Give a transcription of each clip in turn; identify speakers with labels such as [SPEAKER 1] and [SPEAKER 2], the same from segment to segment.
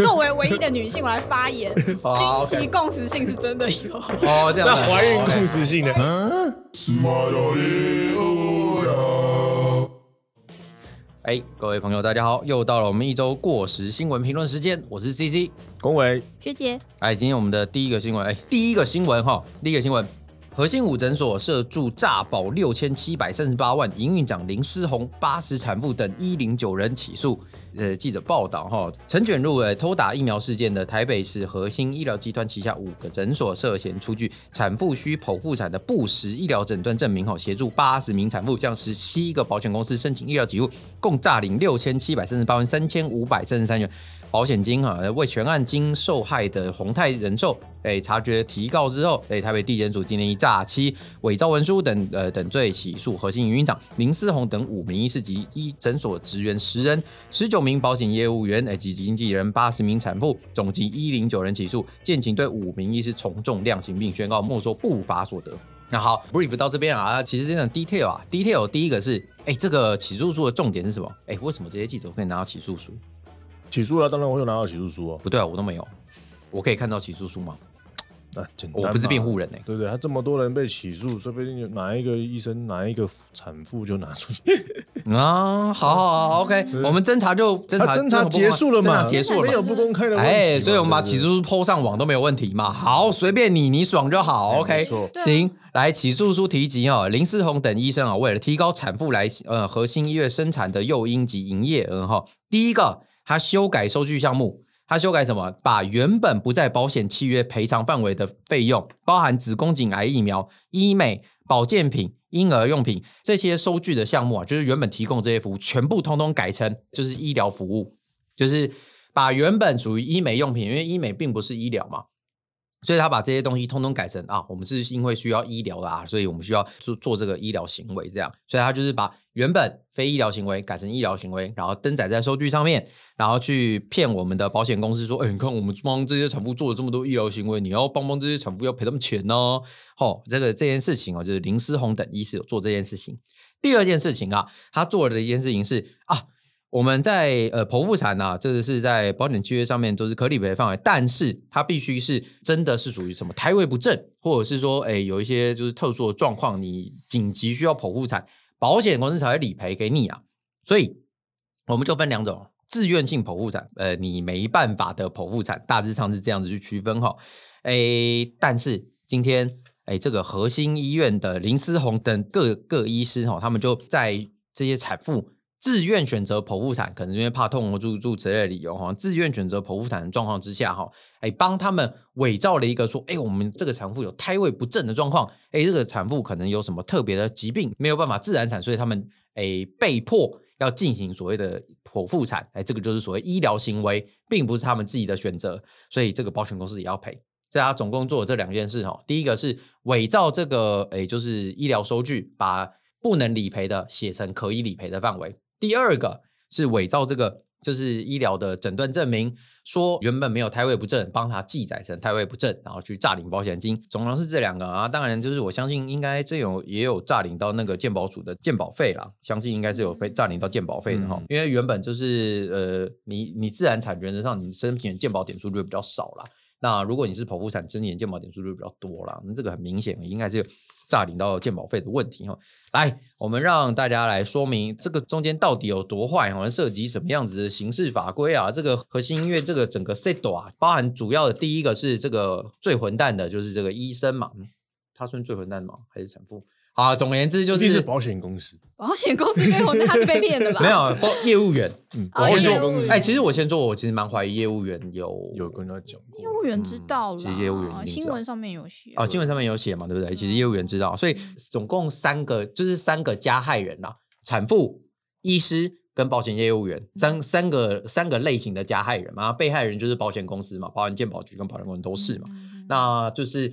[SPEAKER 1] 唯一的女性我来发 言，
[SPEAKER 2] 哦
[SPEAKER 1] 经
[SPEAKER 2] ，OK
[SPEAKER 1] 期共识性是真的有。
[SPEAKER 2] 哦，这样
[SPEAKER 3] 那
[SPEAKER 2] 子
[SPEAKER 3] 怀孕故，
[SPEAKER 2] 哦
[SPEAKER 3] 事性的，
[SPEAKER 2] ，OK 哎，各位朋友，大家好，又到了我们一周过时新闻评论时间，我是 CC。
[SPEAKER 3] 恭维
[SPEAKER 1] 学姐，
[SPEAKER 2] 哎，今天我们的第一个新闻，哎，第一个新闻哈，第一个新闻，核心五诊所涉助诈保六千七百三十八万，营运长林思宏、八十产妇等一零九人起诉。呃，记者报道哈，陈卷入呃偷打疫苗事件的台北市核心医疗集团旗下五个诊所涉嫌出具产妇需剖腹产的不实医疗诊断证明哈，协助八十名产妇向十七个保险公司申请医疗给付，共诈领六千七百三十八万三千五百三十三元。保险金哈、为全案经受害的宏泰人寿哎察觉提告之后，哎台北地检署今天以诈欺、伪造文书等呃等罪起诉核心营运长林思宏等五名医师及医诊所职员十人，十九名保险业务员哎及经纪人八十名产妇，总计一零九人起诉，建请对五名医师从重量刑，并宣告没收不法所得。那好，brief 到这边啊，其实真的 detail 啊，detail 第一个是，哎，这个起诉书的重点是什么？哎，为什么这些记者可以拿到起诉书？
[SPEAKER 3] 起诉了，当然我有拿到起诉书哦。
[SPEAKER 2] 不对啊，我都没有。我可以看到起诉书吗？
[SPEAKER 3] 那、简单，
[SPEAKER 2] 我不是辩，护人哎、
[SPEAKER 3] 对不对？他这么多人被起诉，说不定有哪一个医生、哪一个产妇就拿 出去。
[SPEAKER 2] 啊，好好好，OK，我们侦查就侦查，
[SPEAKER 3] 他啊侦查结束了
[SPEAKER 2] 侦查
[SPEAKER 3] 嘛？
[SPEAKER 2] 结束
[SPEAKER 3] 没有
[SPEAKER 2] 了嘛。
[SPEAKER 3] 不公开的问题嘛。
[SPEAKER 2] 哎，所以我们把
[SPEAKER 3] 对
[SPEAKER 2] 起
[SPEAKER 3] 不对
[SPEAKER 2] 诉书抛上网都没有问题嘛。好，随便你，你爽就好。
[SPEAKER 3] 哎
[SPEAKER 2] OK，
[SPEAKER 3] 没错
[SPEAKER 2] 行，来起诉书提及哦，林世宏等医生啊、为了提高产妇来呃核心医院生产的诱因及营业额哈、第一个他修改收据项目，他修改什么？把原本不在保险契约赔偿范围的费用，包含子宫颈癌疫苗、医美、保健品、婴儿用品这些收据的项目啊，就是原本提供这些服务，全部通通改成就是医疗服务，就是把原本属于医美用品，因为医美并不是医疗嘛，所以他把这些东西通通改成啊，我们是因为需要医疗的啊，所以我们需要做做这个医疗行为这样，所以他就是把原本非医疗行为改成医疗行为，然后登载在收据上面，然后去骗我们的保险公司说，哎、你看我们帮这些产妇做了这么多医疗行为，你要帮帮这些产妇要赔他们钱呢、哦。这个这件事情哦，就是林思宏等医师有做这件事情。第二件事情啊，他做的一件事情是啊，我们在呃剖腹产啊，这个是在保险契约上面都是可理赔范围，但是它必须是真的是属于什么胎位不正，或者是说哎有一些就是特殊的状况，你紧急需要剖腹产，保险公司才会理赔给你啊。所以我们就分两种，自愿性剖腹产，呃，你没办法的剖腹产，大致上是这样子去区分哈。诶，但是今天诶，这个核心医院的林思宏等各各医师哈，他们就在这些产妇自愿选择剖腹产，可能因为怕痛或住住之类的理由哈，自愿选择剖腹产的状况之下哈，诶，帮他们伪造了一个说，诶，我们这个产妇有胎位不正的状况，诶，这个产妇可能有什么特别的疾病，没有办法自然产，所以他们诶被迫。要进行所谓的剖腹产，哎，这个就是所谓医疗行为，并不是他们自己的选择，所以这个保险公司也要赔。所以他总共做了这两件事哦。第一个是伪造这个，诶，就是医疗收据，把不能理赔的写成可以理赔的范围；第二个是伪造这个就是医疗的诊断证明，说原本没有胎位不正，帮他记载成胎位不正，然后去诈领保险金。总共是这两个啊。当然，就是我相信应该这有也有诈领到那个健保署的健保费啦，相信应该是有被诈领到健保费的哈、
[SPEAKER 3] 嗯
[SPEAKER 2] 因为原本就是呃，你你自然产原则上你申请的健保点数就会比较少啦。那如果你是剖腹产，真年健保点数就比较多啦，那这个很明显应该是有诈领到健保费的问题哈。来，我们让大家来说明这个中间到底有多坏，好像涉及什么样子的刑事法规啊？这个核心音乐这个整个 set 啊，包含主要的第一个是这个最混蛋的，就是这个医生嘛，嗯他算最混蛋吗？还是产妇？好啊，总而言之就
[SPEAKER 3] 一定
[SPEAKER 2] 是
[SPEAKER 3] 是保险公司，
[SPEAKER 1] 保险公司最后那他是被骗的 吧？
[SPEAKER 2] 没，有包业务员。
[SPEAKER 3] 嗯，
[SPEAKER 1] 哦
[SPEAKER 3] 保险
[SPEAKER 1] 业务
[SPEAKER 3] 公司
[SPEAKER 1] 员
[SPEAKER 2] 哎、其实我先说，我其实蛮怀疑业务员有
[SPEAKER 3] 有跟他讲
[SPEAKER 1] 业
[SPEAKER 3] 过，
[SPEAKER 1] 务员知道
[SPEAKER 2] 嗯其实业务员一定
[SPEAKER 1] 了，
[SPEAKER 2] 知道
[SPEAKER 1] 新闻上面有写
[SPEAKER 2] 啊、新闻上面有写嘛，对不对？其实业务员知道，所以总共三个，就是三个加害人啦、产妇、医师跟保险业务
[SPEAKER 1] 嗯
[SPEAKER 2] 员，三三个三个类型的加害人嘛。被害人就是保险公司嘛，保险健保局跟保险公司都是嘛。
[SPEAKER 1] 嗯
[SPEAKER 2] 那就是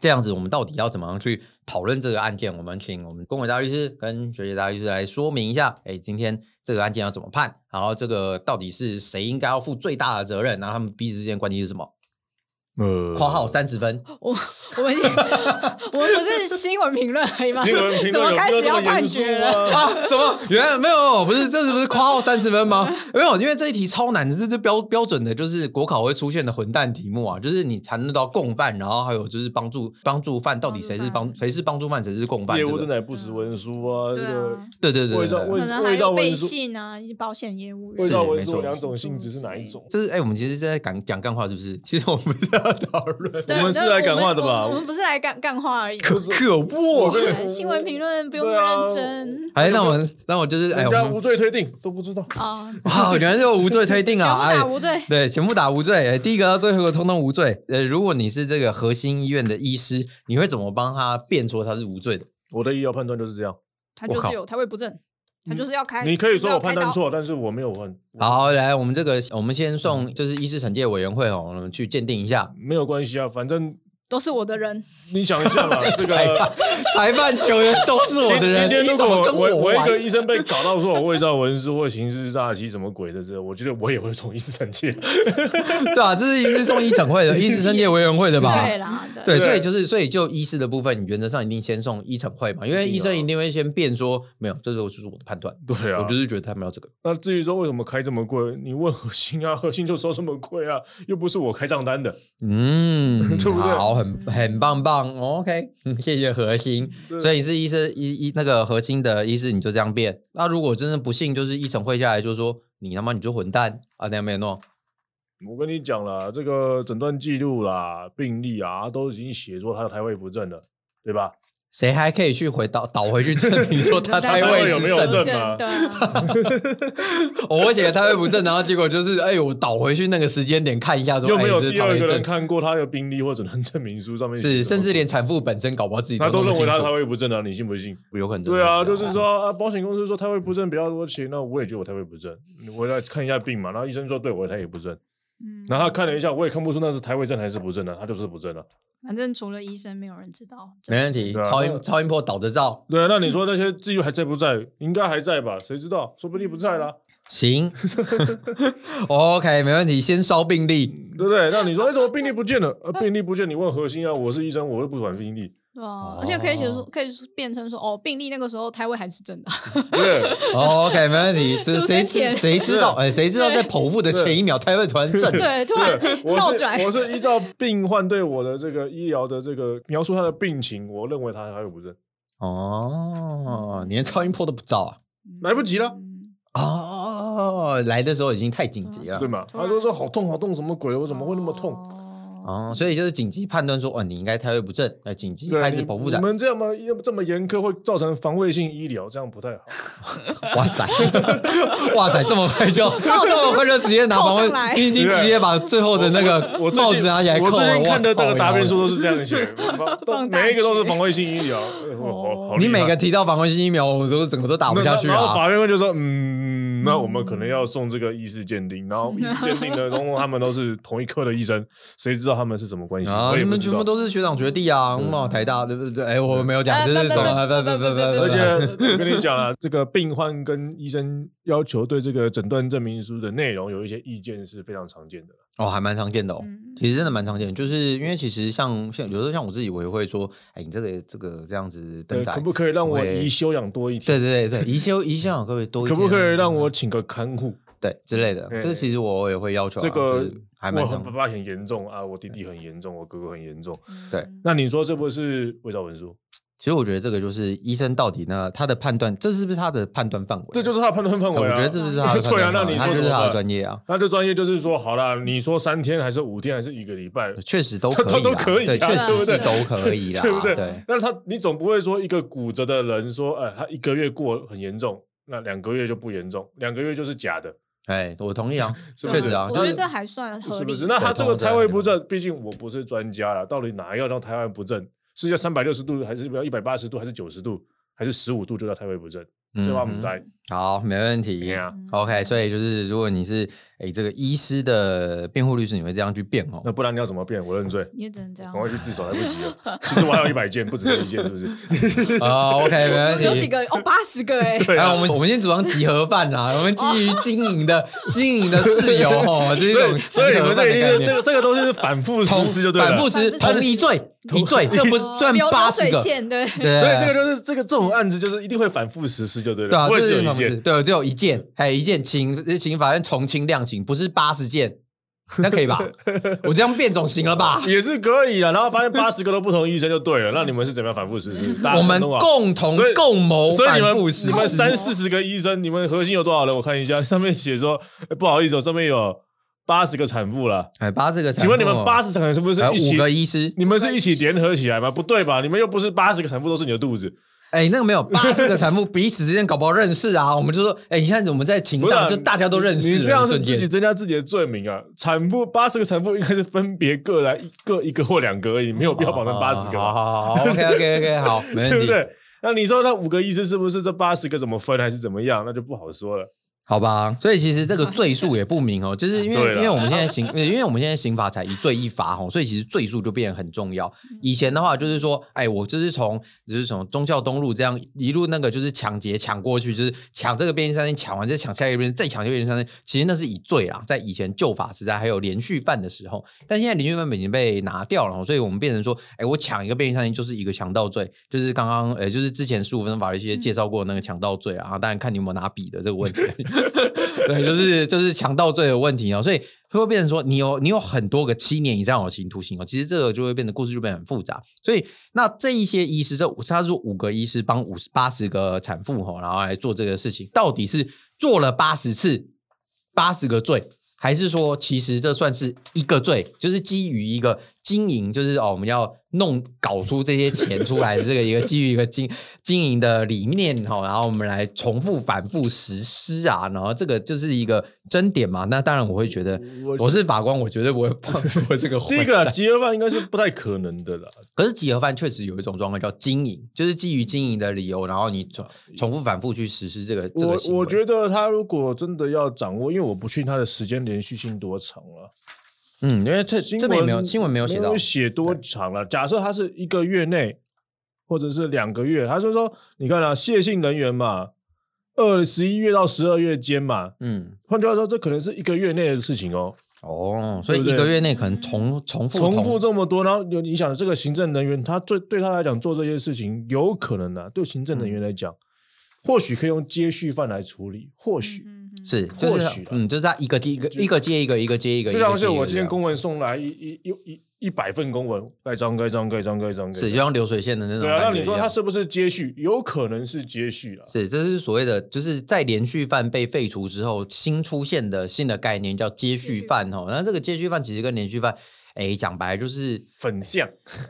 [SPEAKER 2] 这样子，我们到底要怎么样去讨论这个案件？我们请我们公委大律师跟学姐大律师来说明一下，哎，今天这个案件要怎么判？然后这个到底是谁应该要负最大的责任？然后他们彼此之间关系是什么？
[SPEAKER 3] 呃
[SPEAKER 2] 括号三十分，
[SPEAKER 1] 我 我们已 经我们不是新闻评论而已吗？
[SPEAKER 3] 新闻评论
[SPEAKER 1] 怎么
[SPEAKER 3] 有
[SPEAKER 1] 开
[SPEAKER 3] 必要
[SPEAKER 1] 始
[SPEAKER 3] 这么
[SPEAKER 1] 要判
[SPEAKER 3] 严肃啊
[SPEAKER 1] 决了？
[SPEAKER 3] 吗？
[SPEAKER 2] 啊？怎么？原来没有，不是，这是不是括号三十分吗？没有，因为这一题超难的，这是标标准的，就是国考会出现的混蛋题目啊，就是你谈论到共犯，然后还有就是帮助帮助犯，到底谁
[SPEAKER 1] 啊
[SPEAKER 2] 是帮谁是帮助犯，谁是共犯？
[SPEAKER 3] 业
[SPEAKER 2] 这
[SPEAKER 3] 务
[SPEAKER 2] 个
[SPEAKER 3] 真的不识文书啊，这
[SPEAKER 1] 对
[SPEAKER 3] 个
[SPEAKER 1] 啊，
[SPEAKER 2] 对对对
[SPEAKER 3] 伪
[SPEAKER 2] 对
[SPEAKER 3] 造
[SPEAKER 2] 对
[SPEAKER 3] 伪
[SPEAKER 1] 可能还
[SPEAKER 3] 味道
[SPEAKER 1] 有背
[SPEAKER 3] 文书
[SPEAKER 1] 信啊，保险业务
[SPEAKER 3] 伪
[SPEAKER 1] 人
[SPEAKER 3] 造
[SPEAKER 2] 是
[SPEAKER 3] 文
[SPEAKER 2] 没
[SPEAKER 3] 书
[SPEAKER 2] 错
[SPEAKER 3] 两种性质是哪一种？
[SPEAKER 2] 这是哎、我们其实在讲讲干话，是不是？其实我们不是要讨论
[SPEAKER 1] 对啊
[SPEAKER 3] 我们是来讲话的吧啊
[SPEAKER 1] 我们我们我们不是来干干话 而已。
[SPEAKER 2] 可可恶哦。
[SPEAKER 1] 对新闻评论不用
[SPEAKER 3] 对啊
[SPEAKER 1] 认 真
[SPEAKER 2] 哎，那我们那我就是哎，
[SPEAKER 3] 人
[SPEAKER 2] 我
[SPEAKER 3] 家
[SPEAKER 2] 们
[SPEAKER 3] 无罪推定都不知道，
[SPEAKER 1] 啊，
[SPEAKER 2] 哇，原来就无罪推 定
[SPEAKER 1] 全部
[SPEAKER 2] 啊！哎
[SPEAKER 1] 打，无罪。
[SPEAKER 2] 对，全部打无罪。哎第一个到最后一个通通无罪。呃，如果你是这个核心医院的医师，你会怎么帮他辩说他是无罪的？
[SPEAKER 3] 我的医疗判断就是这样。
[SPEAKER 1] 他
[SPEAKER 2] 我
[SPEAKER 1] 就
[SPEAKER 2] 靠
[SPEAKER 1] 是有，他会不正，他就是要开。
[SPEAKER 3] 你可以说
[SPEAKER 1] 就是
[SPEAKER 3] 我
[SPEAKER 1] 要
[SPEAKER 3] 判
[SPEAKER 1] 开
[SPEAKER 3] 断
[SPEAKER 1] 刀，
[SPEAKER 3] 错，但是我没有判，
[SPEAKER 2] 好，来，我们这个我们先送就是医师惩戒委员会哦，我们去鉴定一下。
[SPEAKER 3] 没有关系啊，反正
[SPEAKER 1] 都是我的人。
[SPEAKER 3] 你想 一下嘛，这
[SPEAKER 2] 裁
[SPEAKER 3] 个
[SPEAKER 2] 判，裁判球员都是我
[SPEAKER 3] 今
[SPEAKER 2] 的人，
[SPEAKER 3] 今天
[SPEAKER 2] 你
[SPEAKER 3] 如
[SPEAKER 2] 怎么
[SPEAKER 3] 果
[SPEAKER 2] 跟
[SPEAKER 3] 我我一
[SPEAKER 2] 玩
[SPEAKER 3] 个医生被搞到说我伪造文书或刑事诈欺什么鬼的这，我觉得我也会从医师惩戒。
[SPEAKER 2] 对啊，这是一个送医惩会 的医师惩戒委员会的吧？
[SPEAKER 1] 对啦，
[SPEAKER 2] 对，
[SPEAKER 3] 对
[SPEAKER 2] 所以就是，所以就医师的部分，原则上一定先送医惩会嘛，因为医生一定会先辩说，没有，这是我就是我的判断，
[SPEAKER 3] 哦对
[SPEAKER 2] 我
[SPEAKER 3] 啊
[SPEAKER 2] 就，是觉得他们要这个。
[SPEAKER 3] 那至于说为什么开这么贵，你问核心啊，核心就收这么贵啊，又不是我开账单的。
[SPEAKER 2] 嗯，
[SPEAKER 3] 对不对
[SPEAKER 2] 好，很很棒棒、哦、，OK，嗯 谢谢核心。
[SPEAKER 3] 对
[SPEAKER 2] 所以你是医生，医医那个核心的医师，你就这样变。那如果真的不幸，就是一整会下来就说你他妈你就混蛋啊，那样没有弄。
[SPEAKER 3] 我跟你讲了，这个诊断记录啦、病历啊，都已经写作他的胎位不正了，对吧？
[SPEAKER 2] 谁还可以去回倒倒回去证明说 他胎
[SPEAKER 3] 胎
[SPEAKER 2] 位
[SPEAKER 3] 位有没有
[SPEAKER 2] 正
[SPEAKER 3] 正
[SPEAKER 1] 对
[SPEAKER 3] 吗
[SPEAKER 1] 啊
[SPEAKER 2] 我写胎位不正，然后结果就是哎，我倒回去那个时间点看一下说，
[SPEAKER 3] 又没有
[SPEAKER 2] 哎这是
[SPEAKER 3] 第
[SPEAKER 2] 胎
[SPEAKER 3] 二
[SPEAKER 2] 位
[SPEAKER 3] 个人
[SPEAKER 2] 正。
[SPEAKER 3] 看过他的病历或诊断证明书上面写
[SPEAKER 2] 是，
[SPEAKER 3] 什么
[SPEAKER 2] 甚至连产妇本身搞不好自己
[SPEAKER 3] 他
[SPEAKER 2] 弄
[SPEAKER 3] 都
[SPEAKER 2] 不
[SPEAKER 3] 认为
[SPEAKER 2] 清
[SPEAKER 3] 他
[SPEAKER 2] 楚
[SPEAKER 3] 胎位不正啊，你信不信？
[SPEAKER 2] 有可能真的
[SPEAKER 3] 对啊，
[SPEAKER 2] 这
[SPEAKER 3] 就
[SPEAKER 2] 样
[SPEAKER 3] 是说啊，保险公司说胎位不正不要多钱，那我也觉得我胎位不正，我来看一下病嘛。然后医生说对我的胎也不正，
[SPEAKER 1] 嗯
[SPEAKER 3] 然后他看了一下，我也看不出那是胎位正还是不正的、啊他就是不正的、
[SPEAKER 1] 反正除了医生，没有人知道。
[SPEAKER 2] 没问题
[SPEAKER 3] 对，啊
[SPEAKER 2] 超
[SPEAKER 3] 那
[SPEAKER 2] 音超音波导着照，
[SPEAKER 3] 对啊，那你说那些记录还在不在？应该还在吧？谁知道？说不定不在啦，
[SPEAKER 2] 行 ，OK，没问题，先烧病历。
[SPEAKER 3] 对不对？那你说哎，怎么病历不见了？呃，病历不见，你问核心啊，我是医生，我又不转病历，
[SPEAKER 1] 对
[SPEAKER 2] 哦
[SPEAKER 1] 啊，而且可以写出，可以变成说，哦，病例那个时候胎位还是 正的，
[SPEAKER 3] 对不对
[SPEAKER 2] OK，没 问题。这
[SPEAKER 1] 出生
[SPEAKER 2] 谁知
[SPEAKER 1] 前
[SPEAKER 2] 谁知道？哎，谁知道在剖腹的前一秒胎位突然正？
[SPEAKER 1] 对，突然
[SPEAKER 3] 对，我
[SPEAKER 1] 倒
[SPEAKER 3] 是
[SPEAKER 1] 转，
[SPEAKER 3] 我是依照病患对我的这个医疗的这个描述他的病情，我认为他胎位不正，
[SPEAKER 2] 哦，你连超音波都不照啊？
[SPEAKER 3] 来不及了，
[SPEAKER 1] 嗯
[SPEAKER 2] 哦，来的时候已经太紧急了
[SPEAKER 3] 对。吗？
[SPEAKER 1] 突然
[SPEAKER 3] 他说说好痛好痛，什么鬼？我怎么会那么痛？
[SPEAKER 1] 哦
[SPEAKER 2] 啊哦，所以就是紧急判断说，哦，你应该胎位不正，那紧急
[SPEAKER 3] 对啊
[SPEAKER 2] 开始
[SPEAKER 3] 你
[SPEAKER 2] 剖腹
[SPEAKER 3] 你
[SPEAKER 2] 产。
[SPEAKER 3] 们这么这么严苛，会造成防卫性医疗，这样不太好。
[SPEAKER 2] 哇 塞，哇塞，这么 快就这么快就直接拿防
[SPEAKER 1] 扣上来
[SPEAKER 2] 卫，你已经直接把最后哦的那个
[SPEAKER 3] 我最
[SPEAKER 2] 帽子
[SPEAKER 3] 近
[SPEAKER 2] 拿起来
[SPEAKER 3] 我
[SPEAKER 2] 扣
[SPEAKER 3] 最
[SPEAKER 2] 了。
[SPEAKER 3] 近看
[SPEAKER 2] 哇
[SPEAKER 3] 的那
[SPEAKER 2] 靠
[SPEAKER 3] 个答辩
[SPEAKER 2] 腰
[SPEAKER 3] 书都是这样写 的，都
[SPEAKER 1] 放大
[SPEAKER 3] 每一个都是
[SPEAKER 1] 决
[SPEAKER 3] 防卫性医疗。呃我我好
[SPEAKER 2] 哦你
[SPEAKER 3] 厉害
[SPEAKER 2] 每个提到防卫性疫苗，我都整个都打不
[SPEAKER 3] 那
[SPEAKER 2] 下去
[SPEAKER 3] 然后
[SPEAKER 2] 啊！
[SPEAKER 3] 法院会就说，嗯，那我们可能要送这个医师鉴定，然后医师鉴定的，然后他们都是同一科的医生，谁知道他们是什么关系？
[SPEAKER 2] 啊，
[SPEAKER 3] 我
[SPEAKER 2] 你
[SPEAKER 3] 也不
[SPEAKER 2] 们
[SPEAKER 3] 知
[SPEAKER 2] 全
[SPEAKER 3] 道
[SPEAKER 2] 部。都是学长学弟啊，嘛台大对不对？哎，我没有讲，
[SPEAKER 1] 哎
[SPEAKER 2] 这是
[SPEAKER 1] 不
[SPEAKER 2] 什
[SPEAKER 1] 不
[SPEAKER 2] 么？不
[SPEAKER 1] 不
[SPEAKER 2] 不不
[SPEAKER 1] 不
[SPEAKER 2] 不，
[SPEAKER 1] 不
[SPEAKER 3] 而
[SPEAKER 1] 不
[SPEAKER 3] 且 我跟你讲啊，这个病患跟医生要求对这个诊断证明书的内容有一些意见是非常常见的。
[SPEAKER 2] 哦，还蛮常见的哦
[SPEAKER 1] 嗯。
[SPEAKER 2] 其实真的蛮常见的，就是因为其实像像有时候像我自己，我也会说，哎，你这个这个这样子登
[SPEAKER 3] 对，
[SPEAKER 2] 载
[SPEAKER 3] 可，不可以让我
[SPEAKER 2] 会
[SPEAKER 3] 移休养多一天？
[SPEAKER 2] 对对对对，宜修宜修，可不可以多一
[SPEAKER 3] 可
[SPEAKER 2] 点啊？
[SPEAKER 3] 不可以让我请个看护？
[SPEAKER 2] 对之类的？
[SPEAKER 3] 哎
[SPEAKER 2] 这其实我也会要求啊，
[SPEAKER 3] 这
[SPEAKER 2] 就
[SPEAKER 3] 个
[SPEAKER 2] 是还蛮
[SPEAKER 3] 我很
[SPEAKER 2] 常
[SPEAKER 3] 爸爸很严重啊，我弟弟很严重，我哥哥很严重。
[SPEAKER 2] 对
[SPEAKER 1] 嗯
[SPEAKER 3] 那你说这不是伪造文书？
[SPEAKER 2] 其实我觉得这个就是医生到底呢，他的判断，这是不是他的判断范围？
[SPEAKER 3] 这就是他的判断范
[SPEAKER 2] 我
[SPEAKER 3] 围啊。
[SPEAKER 2] 觉得这就是他的
[SPEAKER 3] 对啊
[SPEAKER 2] 判断，
[SPEAKER 3] 那
[SPEAKER 2] 范围，
[SPEAKER 3] 你
[SPEAKER 2] 他
[SPEAKER 3] 说
[SPEAKER 2] 就
[SPEAKER 3] 什
[SPEAKER 2] 是他
[SPEAKER 3] 么
[SPEAKER 2] 的？专业啊。
[SPEAKER 3] 那这专业就是说，好啦，你说三天还是五天还是一个礼拜？
[SPEAKER 2] 确实都
[SPEAKER 3] 他
[SPEAKER 2] 可以啦，
[SPEAKER 3] 都可以
[SPEAKER 2] 对，
[SPEAKER 3] 啊
[SPEAKER 2] 确
[SPEAKER 1] 对
[SPEAKER 2] 实
[SPEAKER 1] 不
[SPEAKER 2] 是
[SPEAKER 1] 对
[SPEAKER 2] 都可以啦，
[SPEAKER 3] 对不对
[SPEAKER 2] 对
[SPEAKER 3] 那他你总不会说一个骨折的人说，哎，他一个月过很严重，那两个月就不严重，两个月就是假的，
[SPEAKER 2] 哎，我同意啊，
[SPEAKER 3] 是
[SPEAKER 1] 对
[SPEAKER 3] 不
[SPEAKER 2] 确
[SPEAKER 3] 是
[SPEAKER 2] 实啊，
[SPEAKER 1] 我
[SPEAKER 2] 就
[SPEAKER 1] 觉得
[SPEAKER 2] 是
[SPEAKER 1] 这还算合
[SPEAKER 3] 是不
[SPEAKER 1] 理。
[SPEAKER 3] 是？那他
[SPEAKER 2] 对
[SPEAKER 3] 这个
[SPEAKER 2] 通常
[SPEAKER 3] 胎位
[SPEAKER 2] 这样
[SPEAKER 3] 不正，毕竟我不是专家了，到底哪一个叫胎位不正？是要三百六十度，还是要一百八十度，还是九十度，还是十五度就叫胎位不正？这话我们
[SPEAKER 2] 嗯
[SPEAKER 3] 在哎
[SPEAKER 2] 好，没问题
[SPEAKER 3] 呀。
[SPEAKER 2] OK，所以就是如果你是哎，这个医师的辩护律师你会这样去辩哦
[SPEAKER 3] 那？不然你要怎么变？我认罪，
[SPEAKER 1] 也只能这样
[SPEAKER 3] 赶。快去自首，来不及了。其实我还有一百件，不止这一件，是不 是？
[SPEAKER 2] 啊，OK，没问题。
[SPEAKER 1] 有几个哦，八十个哎、
[SPEAKER 3] 对
[SPEAKER 2] 哎，
[SPEAKER 3] 啊，
[SPEAKER 2] 我们我们今天组上集合饭啊，我们基于
[SPEAKER 1] 哦
[SPEAKER 2] 经营的经营的室友哦，这种
[SPEAKER 3] 所以你们这一定是
[SPEAKER 2] 集合饭的概念
[SPEAKER 3] 这个这个东西是反复实施就
[SPEAKER 2] 同
[SPEAKER 3] 对了。
[SPEAKER 2] 反复实
[SPEAKER 1] 反复
[SPEAKER 2] 同一罪一罪，这 不是
[SPEAKER 1] 哦
[SPEAKER 2] 算
[SPEAKER 1] 流流
[SPEAKER 2] 八十
[SPEAKER 1] 水
[SPEAKER 2] 个，
[SPEAKER 1] 线对，
[SPEAKER 2] 对，
[SPEAKER 3] 所以这个就是这个这种案子就是一定会反复实施就对
[SPEAKER 2] 对
[SPEAKER 3] 了，
[SPEAKER 2] 啊，
[SPEAKER 3] 不会
[SPEAKER 2] 这是
[SPEAKER 3] 只有
[SPEAKER 2] 什
[SPEAKER 3] 一
[SPEAKER 2] 么事
[SPEAKER 3] 件。
[SPEAKER 2] 对，只有一件，哎，一件，请请法院从轻量刑，不是八十件，那可以吧？我这样变种行了 吧？
[SPEAKER 3] 也是可以的，啊然后发现八十个都不同意医生就 对了。那你们是怎么样反复实施？大家
[SPEAKER 2] 我们
[SPEAKER 3] 成功啊
[SPEAKER 2] 共同
[SPEAKER 3] 所以
[SPEAKER 2] 共谋
[SPEAKER 3] 所以你
[SPEAKER 2] 反
[SPEAKER 3] 们
[SPEAKER 2] 复实
[SPEAKER 3] 你们
[SPEAKER 2] 施
[SPEAKER 3] 三四十个医生，你们核心有多少人？我看一下，上面写说、哎不好意思、哦，上面有八十个产妇了。
[SPEAKER 2] 哎，八十个产妇，
[SPEAKER 3] 请问你们八十产妇是不是
[SPEAKER 2] 哎
[SPEAKER 3] 一
[SPEAKER 2] 五
[SPEAKER 3] 起？
[SPEAKER 2] 个医师，
[SPEAKER 3] 你们是一起联合起来吗？不对吧？你们又不是八十个产妇都是你的肚子，
[SPEAKER 2] 哎，那个没有八十个产妇彼此之间搞不好认识啊，我们就说，哎，你看我们在庭
[SPEAKER 3] 不是啊、
[SPEAKER 2] 上就大家都认识了，
[SPEAKER 3] 你这样是
[SPEAKER 2] 瞬
[SPEAKER 3] 自己
[SPEAKER 2] 间
[SPEAKER 3] 增加自己的罪名啊！产妇八十个产妇应该是分别各来一个一个或两个而已，没有必
[SPEAKER 2] 哦
[SPEAKER 3] 要保证八十个
[SPEAKER 2] 好
[SPEAKER 3] 吧，
[SPEAKER 2] 好好，OK OK OK，好，没 问
[SPEAKER 3] 对不
[SPEAKER 2] 题，
[SPEAKER 3] 对？那你说那五个医生是不是这八十个怎么分还是怎么样？那就不好 说了。
[SPEAKER 2] 好吧，所以其实这个罪数也不明哦，就是因
[SPEAKER 3] 对
[SPEAKER 2] 为
[SPEAKER 3] 啦
[SPEAKER 2] 因为我们现在刑， 因为我们现在刑法才一罪一罚哦，所以其实罪数就变得很重要。以前的话就是说，哎，我就是从就是从忠孝东路这样一路那个就是抢劫抢过去，就是抢这个便利商店，抢完再抢下一个便利，再抢这个便利商店，其实那是以罪啦，在以前旧法时代还有连续犯的时候，但现在连续犯已经被拿掉了哦，所以我们变成说，哎，我抢一个便利商店就是一个强盗罪，就是刚刚呃就是之前十五分法律系介绍过的那个强盗罪啦啊，当然看你有没有拿笔的这个问题。对，就是就是强盗罪的问题哦，所以会变成说你有你有很多个七年以上有刑徒刑哦，其实这个就会变得故事就变得很复杂。所以那这一些医师，这五他说五个医师帮五十八十个产妇哦，然后来做这个事情，到底是做了八十次八十个罪，还是说其实这算是一个罪，就是基于一个经营，就是哦我们要弄搞出这些钱出来的这个一个基于一个经经营的理念哈、哦，然后我们来重复反复实施啊，然后这个就是一个争点嘛。那当然我会觉得
[SPEAKER 3] 我
[SPEAKER 2] 我是法官，我绝对不会放过这个混
[SPEAKER 3] 第
[SPEAKER 2] 蛋。
[SPEAKER 3] 一个集合饭应该是不太可能的 啦，
[SPEAKER 2] 可是集合犯确实有一种状况叫经营，就是基于经营的理由，然后你重重复反复去实施这个这个行
[SPEAKER 3] 啊
[SPEAKER 2] 为。
[SPEAKER 3] 我我觉得他如果真的要掌握，因为我不确定他的时间连续性多长了、
[SPEAKER 2] 嗯，因为这
[SPEAKER 3] 新闻
[SPEAKER 2] 这边也没有新闻没有写到，
[SPEAKER 3] 写多长了、假设他是一个月内，或者是两个月，他就说你看啊，谢姓人员嘛，二十一月到十二月间嘛，
[SPEAKER 2] 嗯，
[SPEAKER 3] 换句话说，这可能是一个月内的事情哦。
[SPEAKER 2] 哦，所以
[SPEAKER 3] 对
[SPEAKER 2] 一
[SPEAKER 3] 不对
[SPEAKER 2] 个月内可能重重复
[SPEAKER 3] 重复这么多，然后有你想这个行政人员，他最对他来讲做这些事情，有可能啊，对行政人员来讲，或许可以用接续犯来处理，或许。
[SPEAKER 1] 嗯嗯
[SPEAKER 2] 是，就
[SPEAKER 3] 或
[SPEAKER 2] 是
[SPEAKER 3] 许啦
[SPEAKER 2] 嗯，就是他一个接一个，一个接一个，一个接一个，
[SPEAKER 3] 就像
[SPEAKER 2] 一个接
[SPEAKER 3] 是
[SPEAKER 2] 一个
[SPEAKER 3] 我今天
[SPEAKER 2] 这样
[SPEAKER 3] 公文送来一一一一一百份公文，盖章盖章盖章盖章盖
[SPEAKER 2] 是就
[SPEAKER 3] 章。
[SPEAKER 2] 像流水线的那种
[SPEAKER 3] 对
[SPEAKER 2] 感觉一
[SPEAKER 3] 啊，那
[SPEAKER 2] 样。
[SPEAKER 3] 你说他是不是接续？有可能是接续啊。
[SPEAKER 2] 是，这是所谓的，就是在连续犯被废除之后，新出现的新的概念叫接续犯哦。那这个接续犯其实跟连续犯，哎，讲白了就是
[SPEAKER 3] 粉象，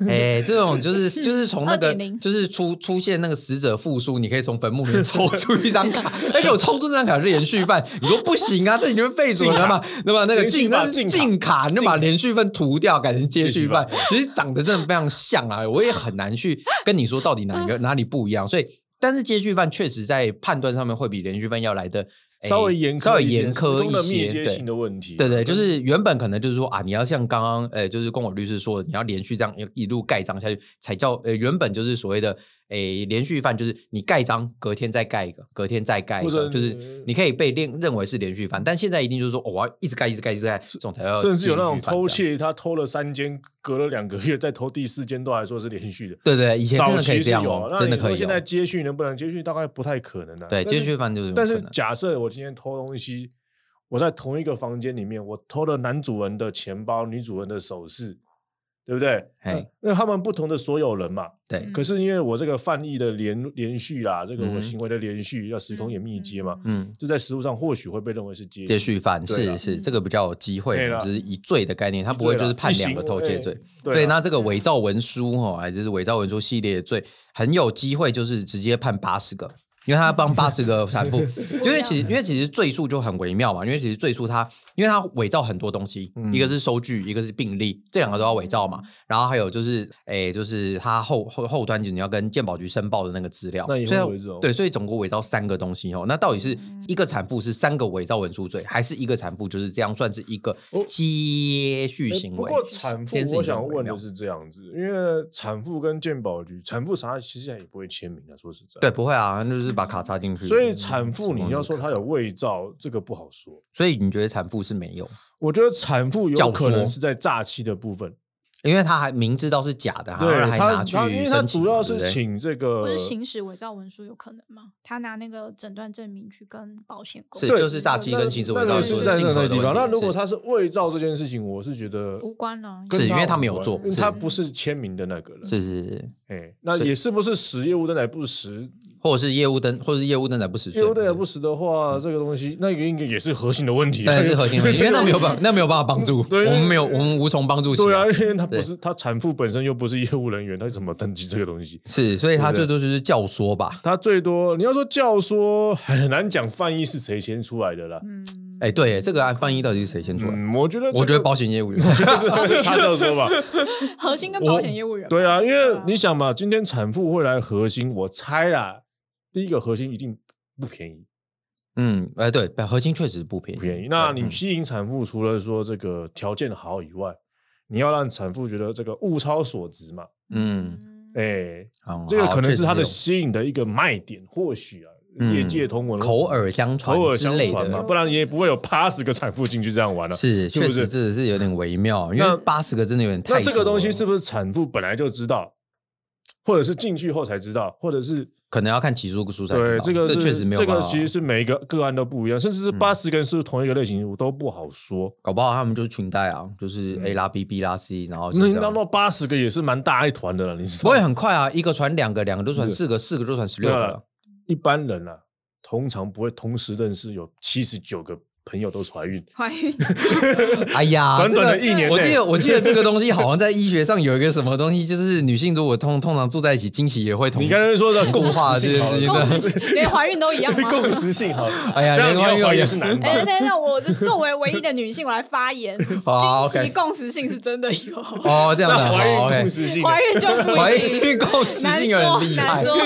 [SPEAKER 2] 哎，这种就是就是从那个
[SPEAKER 1] 2.0
[SPEAKER 2] 就是出出现那个死者复苏，你可以从坟墓里面抽出一张卡，而且我抽出那张卡是连续犯，你说不行啊，这你就废除了
[SPEAKER 3] 禁卡
[SPEAKER 2] 嘛，那么那个
[SPEAKER 3] 连续
[SPEAKER 2] 禁
[SPEAKER 3] 犯
[SPEAKER 2] 那
[SPEAKER 3] 禁卡
[SPEAKER 2] 禁卡，你就把连续犯涂掉，改成接
[SPEAKER 3] 接
[SPEAKER 2] 续
[SPEAKER 3] 续
[SPEAKER 2] 犯
[SPEAKER 3] 犯，
[SPEAKER 2] 其实长得真的非常像啊，我也很难去跟你说到底哪一个哪里不一样，所以但是接续犯确实在判断上面会比连续犯要来的哎
[SPEAKER 3] 稍微严苛一些，
[SPEAKER 2] 稍微严
[SPEAKER 3] 时
[SPEAKER 2] 苛
[SPEAKER 3] 空
[SPEAKER 2] 一
[SPEAKER 3] 的密
[SPEAKER 2] 些，
[SPEAKER 3] 接
[SPEAKER 2] 对。
[SPEAKER 3] 性的问题啊。
[SPEAKER 2] 对对，就是原本可能就是说啊，你要像刚刚呃，就是跟我律师说的，你要连续这样一一路盖章下去，才叫呃，原本就是所谓的诶、连续犯，就是你盖章，隔天再盖一个，隔天再盖一
[SPEAKER 3] 或
[SPEAKER 2] 个，
[SPEAKER 3] 者
[SPEAKER 2] 就是你可以被认认为是连续犯，但现在一定就是说、哦我要一直盖，一直盖，一直盖，这种才叫
[SPEAKER 3] 甚至有
[SPEAKER 2] 连
[SPEAKER 3] 那种
[SPEAKER 2] 续犯
[SPEAKER 3] 偷
[SPEAKER 2] 这样。
[SPEAKER 3] 窃，他偷了三间，隔了两个月再偷第四间，都还说是连续的。
[SPEAKER 2] 对对，以前真的
[SPEAKER 3] 早
[SPEAKER 2] 可以
[SPEAKER 3] 期
[SPEAKER 2] 这
[SPEAKER 3] 是
[SPEAKER 2] 样
[SPEAKER 3] 有
[SPEAKER 2] 哦
[SPEAKER 3] 啊，，那
[SPEAKER 2] 真的
[SPEAKER 3] 你
[SPEAKER 2] 可以
[SPEAKER 3] 说现在
[SPEAKER 2] 哦。
[SPEAKER 3] 接续能不能接续，大概不太可能的、啊。
[SPEAKER 2] 对，
[SPEAKER 3] 但是
[SPEAKER 2] 接续犯就是有
[SPEAKER 3] 但
[SPEAKER 2] 可
[SPEAKER 3] 是
[SPEAKER 2] 能
[SPEAKER 3] 假设我今天偷东西，我在同一个房间里面，我偷了男主人的钱包、女主人的首饰，对不对？
[SPEAKER 2] 嘿
[SPEAKER 3] 呃因为他们不同的所有人嘛。
[SPEAKER 2] 对，
[SPEAKER 3] 可是因为我这个犯意的连连续啦，这个
[SPEAKER 2] 嗯
[SPEAKER 3] 我行为的连续，要时空也密接嘛，
[SPEAKER 2] 嗯，
[SPEAKER 3] 这在实务上或许会被认为是接
[SPEAKER 2] 接续犯
[SPEAKER 3] 对
[SPEAKER 2] 是
[SPEAKER 3] 啦
[SPEAKER 2] 是这个比较有机会
[SPEAKER 3] 对
[SPEAKER 2] 哦，
[SPEAKER 3] 啦
[SPEAKER 2] 就是以罪的概念，他不会就是判两个偷
[SPEAKER 3] 哎
[SPEAKER 2] 窃罪。。
[SPEAKER 3] 对
[SPEAKER 2] 所以
[SPEAKER 3] 啦啊一行为对啦，
[SPEAKER 2] 那这个伪造文书哈，哎，就是伪造文书系列的罪，很有机会就是直接判八十个，因为他帮八十 个产妇，因为其实因为其实罪数就很微妙嘛，因为其实罪数他因为他伪造很多东西，
[SPEAKER 3] 嗯
[SPEAKER 2] 一个是收据，一个是病历，这两个都要伪造嘛。然后还有就是，哎，就是他后后后端就是你要跟鉴保局申报的那个资料，
[SPEAKER 3] 那也
[SPEAKER 2] 所
[SPEAKER 3] 会
[SPEAKER 2] 以
[SPEAKER 3] 伪造
[SPEAKER 2] 对，所以总共伪造三个东西哦。那到底是一个产妇是三个伪造文书罪，还是一个产妇就是这样算是一个
[SPEAKER 3] 哦
[SPEAKER 2] 接续
[SPEAKER 3] 诶
[SPEAKER 2] 行
[SPEAKER 3] 呃不
[SPEAKER 2] 为？
[SPEAKER 3] 过产妇
[SPEAKER 2] 这件事，情
[SPEAKER 3] 我
[SPEAKER 2] 就很
[SPEAKER 3] 想
[SPEAKER 2] 微
[SPEAKER 3] 问的
[SPEAKER 2] 妙
[SPEAKER 3] 是这样子，因为产妇跟健保局，产妇啥其实也不会签名啊，说实在。
[SPEAKER 2] 对，，不会啊，那就是把卡插进去。
[SPEAKER 3] 所以产妇
[SPEAKER 2] 嗯
[SPEAKER 3] 你要说她有伪造，这个不好说。
[SPEAKER 2] 所以你觉得产妇是没有，
[SPEAKER 3] 我觉得产妇有
[SPEAKER 2] 教唆
[SPEAKER 3] 可能是在诈欺的部分，
[SPEAKER 2] 因为他还明知道是假的，
[SPEAKER 3] 对
[SPEAKER 2] 啊然后还
[SPEAKER 3] 她
[SPEAKER 2] 拿去
[SPEAKER 3] 她因为她
[SPEAKER 2] 申请
[SPEAKER 3] 主要
[SPEAKER 2] 对不
[SPEAKER 3] 是
[SPEAKER 2] 对
[SPEAKER 3] 请这
[SPEAKER 1] 或
[SPEAKER 3] 个
[SPEAKER 2] 呃
[SPEAKER 1] 者行使伪造文书有可能吗？他拿那个诊断证明去跟保险公司，
[SPEAKER 2] 是就是诈欺
[SPEAKER 3] 那
[SPEAKER 2] 跟刑事
[SPEAKER 3] 那
[SPEAKER 2] 伪造
[SPEAKER 3] 个
[SPEAKER 2] 是
[SPEAKER 3] 是
[SPEAKER 2] 有
[SPEAKER 3] 在
[SPEAKER 2] 竞
[SPEAKER 3] 那
[SPEAKER 2] 合的
[SPEAKER 3] 个地
[SPEAKER 2] 问
[SPEAKER 3] 方。
[SPEAKER 2] 题
[SPEAKER 3] 那如果
[SPEAKER 2] 是
[SPEAKER 3] 她是伪造这件事情，我是觉得
[SPEAKER 1] 无关了。
[SPEAKER 3] 跟
[SPEAKER 2] 是因为
[SPEAKER 3] 她
[SPEAKER 2] 她
[SPEAKER 3] 无
[SPEAKER 2] 没有
[SPEAKER 3] 关
[SPEAKER 2] 做
[SPEAKER 3] 因为
[SPEAKER 2] 是
[SPEAKER 3] 她不是签名的那个人。
[SPEAKER 2] 是是是，
[SPEAKER 3] 哎，那
[SPEAKER 2] 所以
[SPEAKER 3] 也是不是实业务登载不实？
[SPEAKER 2] 或者是业务登，或者是业务登载不实
[SPEAKER 3] 业
[SPEAKER 2] 罪
[SPEAKER 3] 务，登载不实的话，这个东西那个应该也是核心的问题啊。
[SPEAKER 2] 当然是核心问题，因为那没有办，那没有办法帮助，
[SPEAKER 3] 对
[SPEAKER 2] 我们没有，我们无从帮助起
[SPEAKER 3] 对
[SPEAKER 2] 啊
[SPEAKER 3] 啊，。因为他不是他产妇本身又不是业务人员，他怎么登记这个东西？
[SPEAKER 2] 是，所以他最
[SPEAKER 3] 对不
[SPEAKER 2] 多就是教唆吧。
[SPEAKER 3] 他最多你要说教唆，很难讲翻译是谁先出来的啦。
[SPEAKER 1] 嗯，
[SPEAKER 2] 哎，对，这个案翻译到底是谁先出来？
[SPEAKER 3] 嗯，我觉得这个、
[SPEAKER 2] 我觉得 保险业务员
[SPEAKER 3] 就是他是他教唆吧。
[SPEAKER 1] 核心跟保险业务人嘛，
[SPEAKER 3] 对啊，因
[SPEAKER 2] 嗯
[SPEAKER 3] 为你想嘛，今天产妇会来核心，我猜啦，第一个核心一定不便宜，
[SPEAKER 2] 嗯，哎，对，核心确实不便宜，
[SPEAKER 3] 不便宜。那你
[SPEAKER 2] 嗯
[SPEAKER 3] 吸引产妇，除了说这个条件好以外，你要让产妇觉得这个物超所值嘛，
[SPEAKER 2] 嗯，
[SPEAKER 3] 哎、
[SPEAKER 2] 嗯
[SPEAKER 3] 这个
[SPEAKER 2] 好
[SPEAKER 3] 可能
[SPEAKER 2] 确
[SPEAKER 3] 是
[SPEAKER 2] 实
[SPEAKER 3] 它的
[SPEAKER 2] 有
[SPEAKER 3] 吸引的一个卖点，或许啊，
[SPEAKER 2] 嗯
[SPEAKER 3] 业界通文
[SPEAKER 2] 口耳相传
[SPEAKER 3] 口耳
[SPEAKER 2] 之
[SPEAKER 3] 相
[SPEAKER 2] 类
[SPEAKER 3] 传嘛，
[SPEAKER 2] 的。
[SPEAKER 3] 不然也不会有八十个产妇进去这样玩了、
[SPEAKER 2] 是，
[SPEAKER 3] 是不
[SPEAKER 2] 确
[SPEAKER 3] 是
[SPEAKER 2] 实这是有点微妙，因
[SPEAKER 3] 那
[SPEAKER 2] 为八十个真的有点太多
[SPEAKER 3] 那
[SPEAKER 2] 了。
[SPEAKER 3] 这个东西是不是产妇本来就知道，或者是进去后才知道，或者是
[SPEAKER 2] 可能要看起诉书才知
[SPEAKER 3] 对
[SPEAKER 2] 道
[SPEAKER 3] 这个
[SPEAKER 2] 这
[SPEAKER 3] 是
[SPEAKER 2] 确实没有
[SPEAKER 3] 这
[SPEAKER 2] 办
[SPEAKER 3] 个
[SPEAKER 2] 法嗯
[SPEAKER 3] 其实是每一个个案都不一样，甚至是八十个人是不是同一个类型，我都不好说。
[SPEAKER 2] 搞不好他们就是裙带啊，就是 A 拉 B B 拉 C，然后就
[SPEAKER 3] 嗯那
[SPEAKER 2] 是
[SPEAKER 3] 你
[SPEAKER 2] 这样
[SPEAKER 3] 当到八十个也是蛮大一团的了，你知
[SPEAKER 2] 不
[SPEAKER 3] 道
[SPEAKER 2] 会
[SPEAKER 3] 吗？
[SPEAKER 2] 很快啊，一个传两个，两个就传四个，四个就传十六个
[SPEAKER 3] 对啊
[SPEAKER 2] 了。
[SPEAKER 3] 一般人啊，通常不会同时认识有七十九个朋友都怀孕，
[SPEAKER 1] 怀孕
[SPEAKER 2] 哎呀，
[SPEAKER 3] 短短的
[SPEAKER 2] 这个
[SPEAKER 3] 一年内
[SPEAKER 2] 我 记得我记得这个东西好像在医学上有一个什么东西，就是女性如果通通常住在一起，经期也会同
[SPEAKER 3] 你。刚才说的共识性好
[SPEAKER 2] 对对对
[SPEAKER 3] 了，
[SPEAKER 1] 共识连怀孕都一样 吗？
[SPEAKER 3] 共识性好了，
[SPEAKER 2] 哎呀
[SPEAKER 3] 这样你
[SPEAKER 2] 连
[SPEAKER 3] 要怀
[SPEAKER 2] 环
[SPEAKER 3] 疑
[SPEAKER 2] 有
[SPEAKER 3] 是男
[SPEAKER 1] 哎，
[SPEAKER 3] 的。
[SPEAKER 1] 等一下，我这作为唯一的女性，我来发 言。经
[SPEAKER 2] 好，OK
[SPEAKER 1] 期共识性是真的有，
[SPEAKER 2] 哦，这样的，
[SPEAKER 3] 那怀
[SPEAKER 2] 好
[SPEAKER 3] 孕
[SPEAKER 2] ，OK
[SPEAKER 3] 共。识性的，
[SPEAKER 1] 怀孕就不
[SPEAKER 2] 怀
[SPEAKER 1] 一定。
[SPEAKER 2] 孕共识
[SPEAKER 1] 难
[SPEAKER 2] 性有点
[SPEAKER 1] 说，
[SPEAKER 2] 厉
[SPEAKER 1] 难
[SPEAKER 2] 害，
[SPEAKER 1] 说，
[SPEAKER 2] 有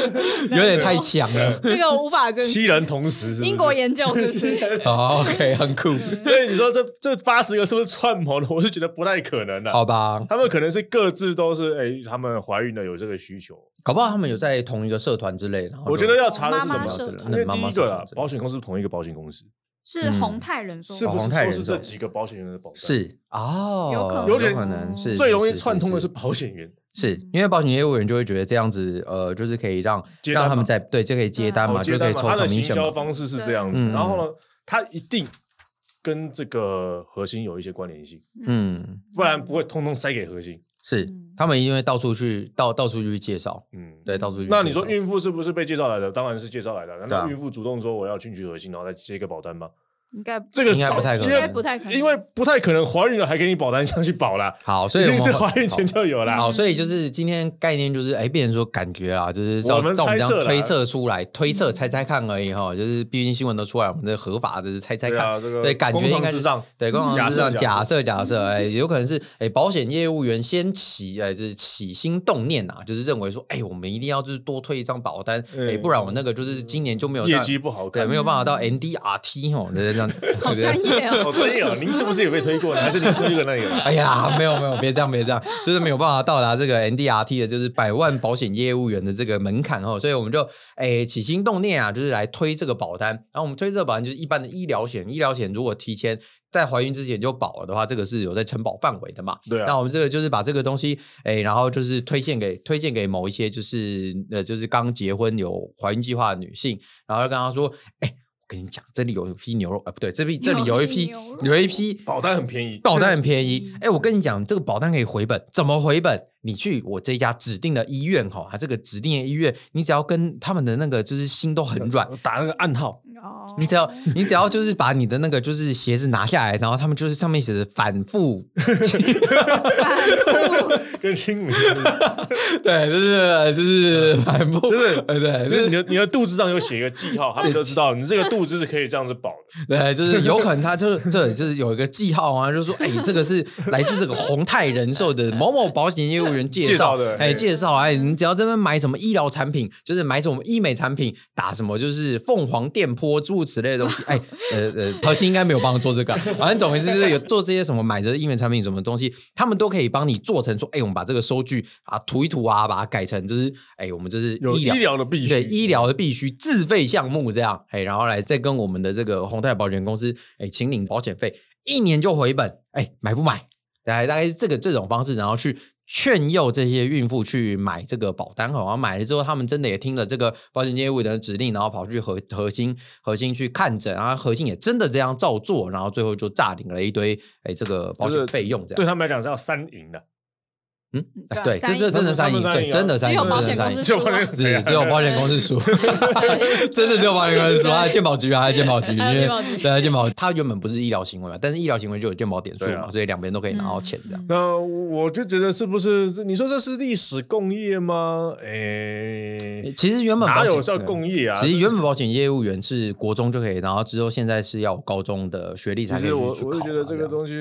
[SPEAKER 2] 点
[SPEAKER 1] 难
[SPEAKER 2] 太
[SPEAKER 1] 说
[SPEAKER 2] 强 了。
[SPEAKER 1] 这个我无法证
[SPEAKER 3] 七
[SPEAKER 1] 实。
[SPEAKER 3] 人同时是不是
[SPEAKER 1] 英国研究是不是？
[SPEAKER 2] 哦，OK，很 酷，
[SPEAKER 3] 所以你说这这八十个是不是串谋的？ 我是觉得不太可能的、
[SPEAKER 2] 好吧？
[SPEAKER 3] 他们可能是各自都是哎、他们怀孕了有这个需求。
[SPEAKER 2] 搞不好他们有在同一个社团之类。然后就
[SPEAKER 3] 我觉得要查的是什
[SPEAKER 1] 妈
[SPEAKER 3] 么
[SPEAKER 1] 妈
[SPEAKER 3] 呢？
[SPEAKER 1] 社团
[SPEAKER 3] 因为第一个啦
[SPEAKER 2] 嗯妈妈社团，
[SPEAKER 3] 保险公司同一个保险公司，
[SPEAKER 1] 是
[SPEAKER 2] 嗯
[SPEAKER 1] 红泰人寿
[SPEAKER 3] 是
[SPEAKER 1] 吗，
[SPEAKER 3] 不
[SPEAKER 2] 哦
[SPEAKER 3] 是
[SPEAKER 2] 红泰
[SPEAKER 3] 说
[SPEAKER 2] 人
[SPEAKER 3] 是
[SPEAKER 2] 寿
[SPEAKER 3] 这几个保险员的保单？
[SPEAKER 2] 是哦，
[SPEAKER 1] 有可能
[SPEAKER 2] 有
[SPEAKER 3] 有点
[SPEAKER 2] 可能是
[SPEAKER 3] 最容易串通的
[SPEAKER 2] 是
[SPEAKER 3] 是保险员，
[SPEAKER 2] 是因为保险业务员就会觉得这样子，呃，就是可以让
[SPEAKER 3] 接单嘛
[SPEAKER 2] 让他们在对，这可以接单嘛，
[SPEAKER 3] 哦接
[SPEAKER 2] 就可
[SPEAKER 3] 单
[SPEAKER 2] 以
[SPEAKER 3] 嘛，
[SPEAKER 2] 抽
[SPEAKER 3] 他的行
[SPEAKER 2] commission
[SPEAKER 3] 销
[SPEAKER 2] 嘛。
[SPEAKER 3] 方式是这样子。
[SPEAKER 2] 嗯
[SPEAKER 3] 然后呢，他一定跟这个核心有一些关联性，
[SPEAKER 2] 嗯，
[SPEAKER 3] 不然不会通通塞给核心。
[SPEAKER 2] 是
[SPEAKER 1] 嗯
[SPEAKER 2] 他们因为到处去到到处去介绍，
[SPEAKER 3] 嗯，
[SPEAKER 2] 对，到处去介绍。
[SPEAKER 3] 那你说孕妇是不是被介绍来的？当然是介绍来的。难
[SPEAKER 2] 对
[SPEAKER 3] 道
[SPEAKER 2] 啊
[SPEAKER 3] 孕妇主动说我要进去核心，然后再接一个保单吗？
[SPEAKER 1] 应该
[SPEAKER 3] 这个
[SPEAKER 2] 应该
[SPEAKER 3] 少
[SPEAKER 2] 不太可
[SPEAKER 1] 应
[SPEAKER 2] 能
[SPEAKER 1] 该不太可能，
[SPEAKER 3] 因为不太可能怀孕了还给你保单上去保啦，
[SPEAKER 2] 好，所
[SPEAKER 3] 一
[SPEAKER 2] 以我
[SPEAKER 3] 定
[SPEAKER 2] 们
[SPEAKER 3] 是怀孕前
[SPEAKER 2] 好
[SPEAKER 3] 就有啦。
[SPEAKER 2] 好，所以就是今天概念就是，哎，变成说感觉啊，就是照
[SPEAKER 3] 我们
[SPEAKER 2] 照我们这
[SPEAKER 3] 猜测
[SPEAKER 2] 样
[SPEAKER 3] 啦
[SPEAKER 2] 推测出来，
[SPEAKER 1] 嗯
[SPEAKER 2] 推测猜猜看而已哈，就是毕竟新闻都出来，我们这合法的猜猜
[SPEAKER 3] 对
[SPEAKER 2] 看
[SPEAKER 3] 啊，，这个
[SPEAKER 2] 对，感觉
[SPEAKER 3] 公
[SPEAKER 2] 应
[SPEAKER 3] 堂
[SPEAKER 2] 该
[SPEAKER 3] 之
[SPEAKER 2] 是
[SPEAKER 3] 上，
[SPEAKER 2] 对，刚好
[SPEAKER 3] 嗯假
[SPEAKER 2] 是
[SPEAKER 3] 设
[SPEAKER 2] 这样
[SPEAKER 3] 假
[SPEAKER 2] 假设假设，哎，有可能是哎，保险业务员先起哎，就是起心动念啊，就是认为说，哎，我们一定要就是多推一张保单，哎，
[SPEAKER 3] 嗯
[SPEAKER 2] 不然我那个就是今年就没有
[SPEAKER 3] 业
[SPEAKER 2] 到
[SPEAKER 3] 绩不好
[SPEAKER 2] 对，
[SPEAKER 3] 看
[SPEAKER 2] 没。有办法到 NDRT 哦，就是这样，
[SPEAKER 1] 好专
[SPEAKER 2] 对。
[SPEAKER 1] 业哦。
[SPEAKER 3] 好专业哦，您是不是也被推过呢？还是您推过那个？
[SPEAKER 2] 哎呀，没有没有，别这样别这样，就是没有办法到达这个 NDRT 的，就是百万保险业务员的这个门槛哦，所以我们就哎起心动念啊，就是来推这个保单。然后我们推这个保单就是一般的医疗险，医疗险如果提前在怀孕之前就保了的话，这个是有在承保范围的嘛。
[SPEAKER 3] 对
[SPEAKER 2] 那
[SPEAKER 3] 啊，
[SPEAKER 2] 我们这个就是把这个东西，哎，然后就是推荐给推荐给某一些就是呃，就是刚结婚有怀孕计划的女性，然后跟她说，哎，我跟你讲，这里有一批牛肉，呃，不对，这里这里有一批
[SPEAKER 1] 有
[SPEAKER 2] 有一批
[SPEAKER 3] 保单很便宜，
[SPEAKER 2] 保单很便宜
[SPEAKER 1] 嗯，
[SPEAKER 2] 哎，我跟你讲，这个保单可以回本，怎么回本？你去我这家指定的医院哈，它这个指定的医院，你只要跟他们的那个就是心都很软，
[SPEAKER 3] 打那个暗号，
[SPEAKER 4] 哦，
[SPEAKER 2] 你只要你只要就是把你的那个就是鞋子拿下来，然后他们就是上面写着反复，
[SPEAKER 3] 跟清明，
[SPEAKER 2] 对，就是就是反复，
[SPEAKER 3] 嗯就是
[SPEAKER 2] 呃对，
[SPEAKER 3] 就是你的你的肚子上有写一个记号，他们就知道你这个肚子是可以这样子饱 的。
[SPEAKER 2] 对，就是有可能他就是这里就是有一个记号啊，就是说，哎，这个是来自这个宏泰人寿的某某保险业务员介
[SPEAKER 3] 介
[SPEAKER 2] 绍
[SPEAKER 3] 绍的
[SPEAKER 2] 哎，
[SPEAKER 3] 对
[SPEAKER 2] 介绍，哎，你只要这边买什么医疗产品，就是买什么医美产品，打什么就是凤凰电波诸如此类的东西，哎，呃呃，核心应该没有帮他做这个，啊反正总而言之就是有做这些什么买这医美产品什么东西，他们都可以帮你做成说，哎，我们把这个收据啊涂一涂啊，把它改成就是，哎，我们就是
[SPEAKER 3] 有
[SPEAKER 2] 医疗
[SPEAKER 3] 医疗的必须
[SPEAKER 2] 对医疗的必须自费项目这样，哎，然后来再跟我们的这个宏泰保险公司，哎，请领保险费，一年就回本，哎，买不买？来，大概是这个这种方式，然后去劝诱这些孕妇去买这个保单，好，然后买了之后，他们真的也听了这个保险业务员的指令，然后跑去核核心核心去看诊，然后核心也真的这样照做，然后最后就诈领了一堆哎这个保
[SPEAKER 3] 就是
[SPEAKER 2] 险费用这
[SPEAKER 3] 对
[SPEAKER 2] 样。
[SPEAKER 3] 他们来讲是要三赢的，
[SPEAKER 2] 嗯，哎对，
[SPEAKER 1] 对啊
[SPEAKER 2] 这
[SPEAKER 1] 三
[SPEAKER 2] 这真的
[SPEAKER 3] 他
[SPEAKER 2] 三
[SPEAKER 3] 们
[SPEAKER 2] 赢，
[SPEAKER 3] 三赢
[SPEAKER 2] 对，
[SPEAKER 3] 啊
[SPEAKER 2] 真的三赢，
[SPEAKER 1] 只有保险
[SPEAKER 2] 真的三
[SPEAKER 1] 公
[SPEAKER 2] 赢
[SPEAKER 1] 司
[SPEAKER 3] 就帮人
[SPEAKER 1] 是
[SPEAKER 2] 是只有保险公司输， 真的只有保险公司输， 还有健保局啊，还有健保局，因
[SPEAKER 1] 还有
[SPEAKER 2] 为
[SPEAKER 1] 健保局
[SPEAKER 2] 对健保，它原本不是医疗行为嘛，但是医疗行为就有健保点数
[SPEAKER 3] 对
[SPEAKER 2] 嘛，
[SPEAKER 3] 啊
[SPEAKER 2] 所以两边都可以拿到钱这样。
[SPEAKER 3] 那我就觉得是不是？这你说这是历史共业吗？诶，
[SPEAKER 2] 其实原本
[SPEAKER 3] 嗯哪
[SPEAKER 2] 保险
[SPEAKER 3] 有叫共业啊？
[SPEAKER 2] 其实原本保险业务员是国中就可以，然后之后现在是要有高中的学历才
[SPEAKER 3] 其
[SPEAKER 2] 可以
[SPEAKER 3] 实我
[SPEAKER 2] 去
[SPEAKER 3] 我就
[SPEAKER 2] 考
[SPEAKER 3] 觉得
[SPEAKER 2] 嘛
[SPEAKER 3] 这
[SPEAKER 2] 样
[SPEAKER 3] 个东西，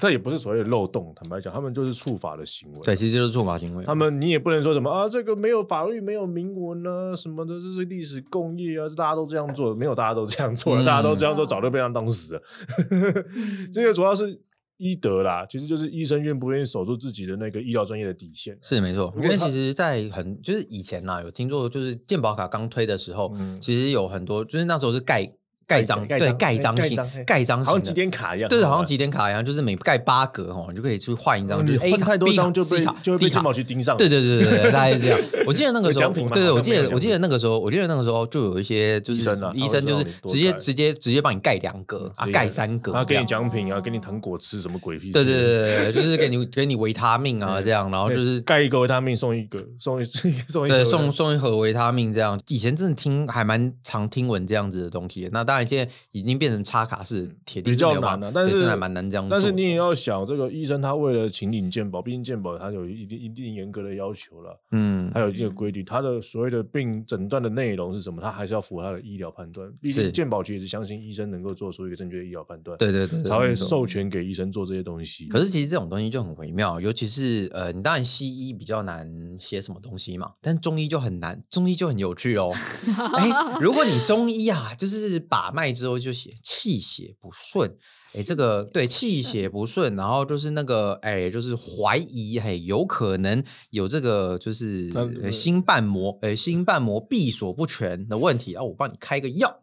[SPEAKER 3] 它也不是所谓的漏洞。坦白讲，他们就是触法的行为。
[SPEAKER 2] 对，其实就是触法行为。啊
[SPEAKER 3] 他们你也不能说什么啊，这个没有法律，没有明文啊，什么的，这是历史共业啊，这大家都这样做，没有大家都这样做，
[SPEAKER 2] 嗯
[SPEAKER 3] 大家都这样做早就被他 当死了。这个主要是医德啦，其实就是医生愿不愿意守住自己的那个医疗专业的底线。
[SPEAKER 2] 是没错，因
[SPEAKER 3] 如果
[SPEAKER 2] 为
[SPEAKER 3] 他
[SPEAKER 2] 其实，在很就是以前呐、有听说，就是健保卡刚推的时候，
[SPEAKER 3] 嗯
[SPEAKER 2] 其实有很多，就是那时候是盖盖章，
[SPEAKER 3] 盖
[SPEAKER 2] 对
[SPEAKER 3] 章
[SPEAKER 2] 盖
[SPEAKER 3] 哎
[SPEAKER 2] 章
[SPEAKER 3] 盖
[SPEAKER 2] 型
[SPEAKER 3] 章哎
[SPEAKER 2] 盖章型的，
[SPEAKER 3] 好像几点卡一样，
[SPEAKER 2] 对，好像
[SPEAKER 3] 吧
[SPEAKER 2] 几点卡一样，就是每盖八格哦，你就可以去换一张。
[SPEAKER 3] 嗯
[SPEAKER 2] 就
[SPEAKER 3] 你
[SPEAKER 2] 是 A
[SPEAKER 3] 换
[SPEAKER 2] 卡
[SPEAKER 3] 哎太多
[SPEAKER 2] B 卡
[SPEAKER 3] 张就
[SPEAKER 2] C
[SPEAKER 3] 被
[SPEAKER 2] 卡
[SPEAKER 3] 就会被
[SPEAKER 2] D 卡
[SPEAKER 3] 健保局盯上。
[SPEAKER 2] 对对对对对，大概是 这样。我记得那个时候，
[SPEAKER 3] 有奖品吗
[SPEAKER 2] 对，
[SPEAKER 3] 好像
[SPEAKER 2] 我记
[SPEAKER 3] 没有
[SPEAKER 2] 得
[SPEAKER 3] 奖品
[SPEAKER 2] 我记得那个时候，我记得那个时候就有一些就是
[SPEAKER 3] 医生啊
[SPEAKER 2] 医生就是
[SPEAKER 3] 他会说
[SPEAKER 2] 直接
[SPEAKER 3] 你多盖嗯
[SPEAKER 2] 直接直接帮你盖两格啊，
[SPEAKER 3] 所以
[SPEAKER 2] 盖三格
[SPEAKER 3] 然后
[SPEAKER 2] 这
[SPEAKER 3] 给
[SPEAKER 2] 样
[SPEAKER 3] 你。奖品啊，给你糖果吃，什么鬼屁事？
[SPEAKER 2] 对对对对，对就是给你给你维他命
[SPEAKER 3] 哎
[SPEAKER 2] 啊这样，然后就是
[SPEAKER 3] 盖一个维他命送一个，送一 送一
[SPEAKER 2] 对，
[SPEAKER 3] 个
[SPEAKER 2] 送送一盒维他命这样。以前真的听还蛮常听闻这样子的东西的，那当然现在已经变成插卡式，铁定
[SPEAKER 3] 比较
[SPEAKER 2] 没有办
[SPEAKER 3] 难
[SPEAKER 2] 法
[SPEAKER 3] 啊，但
[SPEAKER 2] 对
[SPEAKER 3] 是
[SPEAKER 2] 真的还蛮难这样做
[SPEAKER 3] 但
[SPEAKER 2] 的。
[SPEAKER 3] 是你也要想，这个医生他为了请领健保，毕竟健保它有一定一定严格的要求了，
[SPEAKER 2] 嗯
[SPEAKER 3] 还有一定的规律，他的所谓的病诊断的内容是什么，他还是要符合他的医疗判断。毕
[SPEAKER 2] 是
[SPEAKER 3] 竟健保局也是相信医生能够做出一个正确的医疗判断，
[SPEAKER 2] 对对对，对
[SPEAKER 3] 才会
[SPEAKER 2] 没错
[SPEAKER 3] 授权给医生做这些东西。
[SPEAKER 2] 可是其实这种东西就很微妙，尤其是呃，你当然西医比较难写什么东西嘛，但中医就很难，中医就很有趣哦。哎，如果你中医啊，就是把脉之后就写气血不顺，哎，这个
[SPEAKER 3] 哦
[SPEAKER 2] 对气血不顺，然后就是那个哎，就是怀疑，嘿，有可能有这个就是
[SPEAKER 3] 那那
[SPEAKER 2] 呃心瓣膜，呃，心瓣膜闭锁不全的问题啊，我帮你开个药。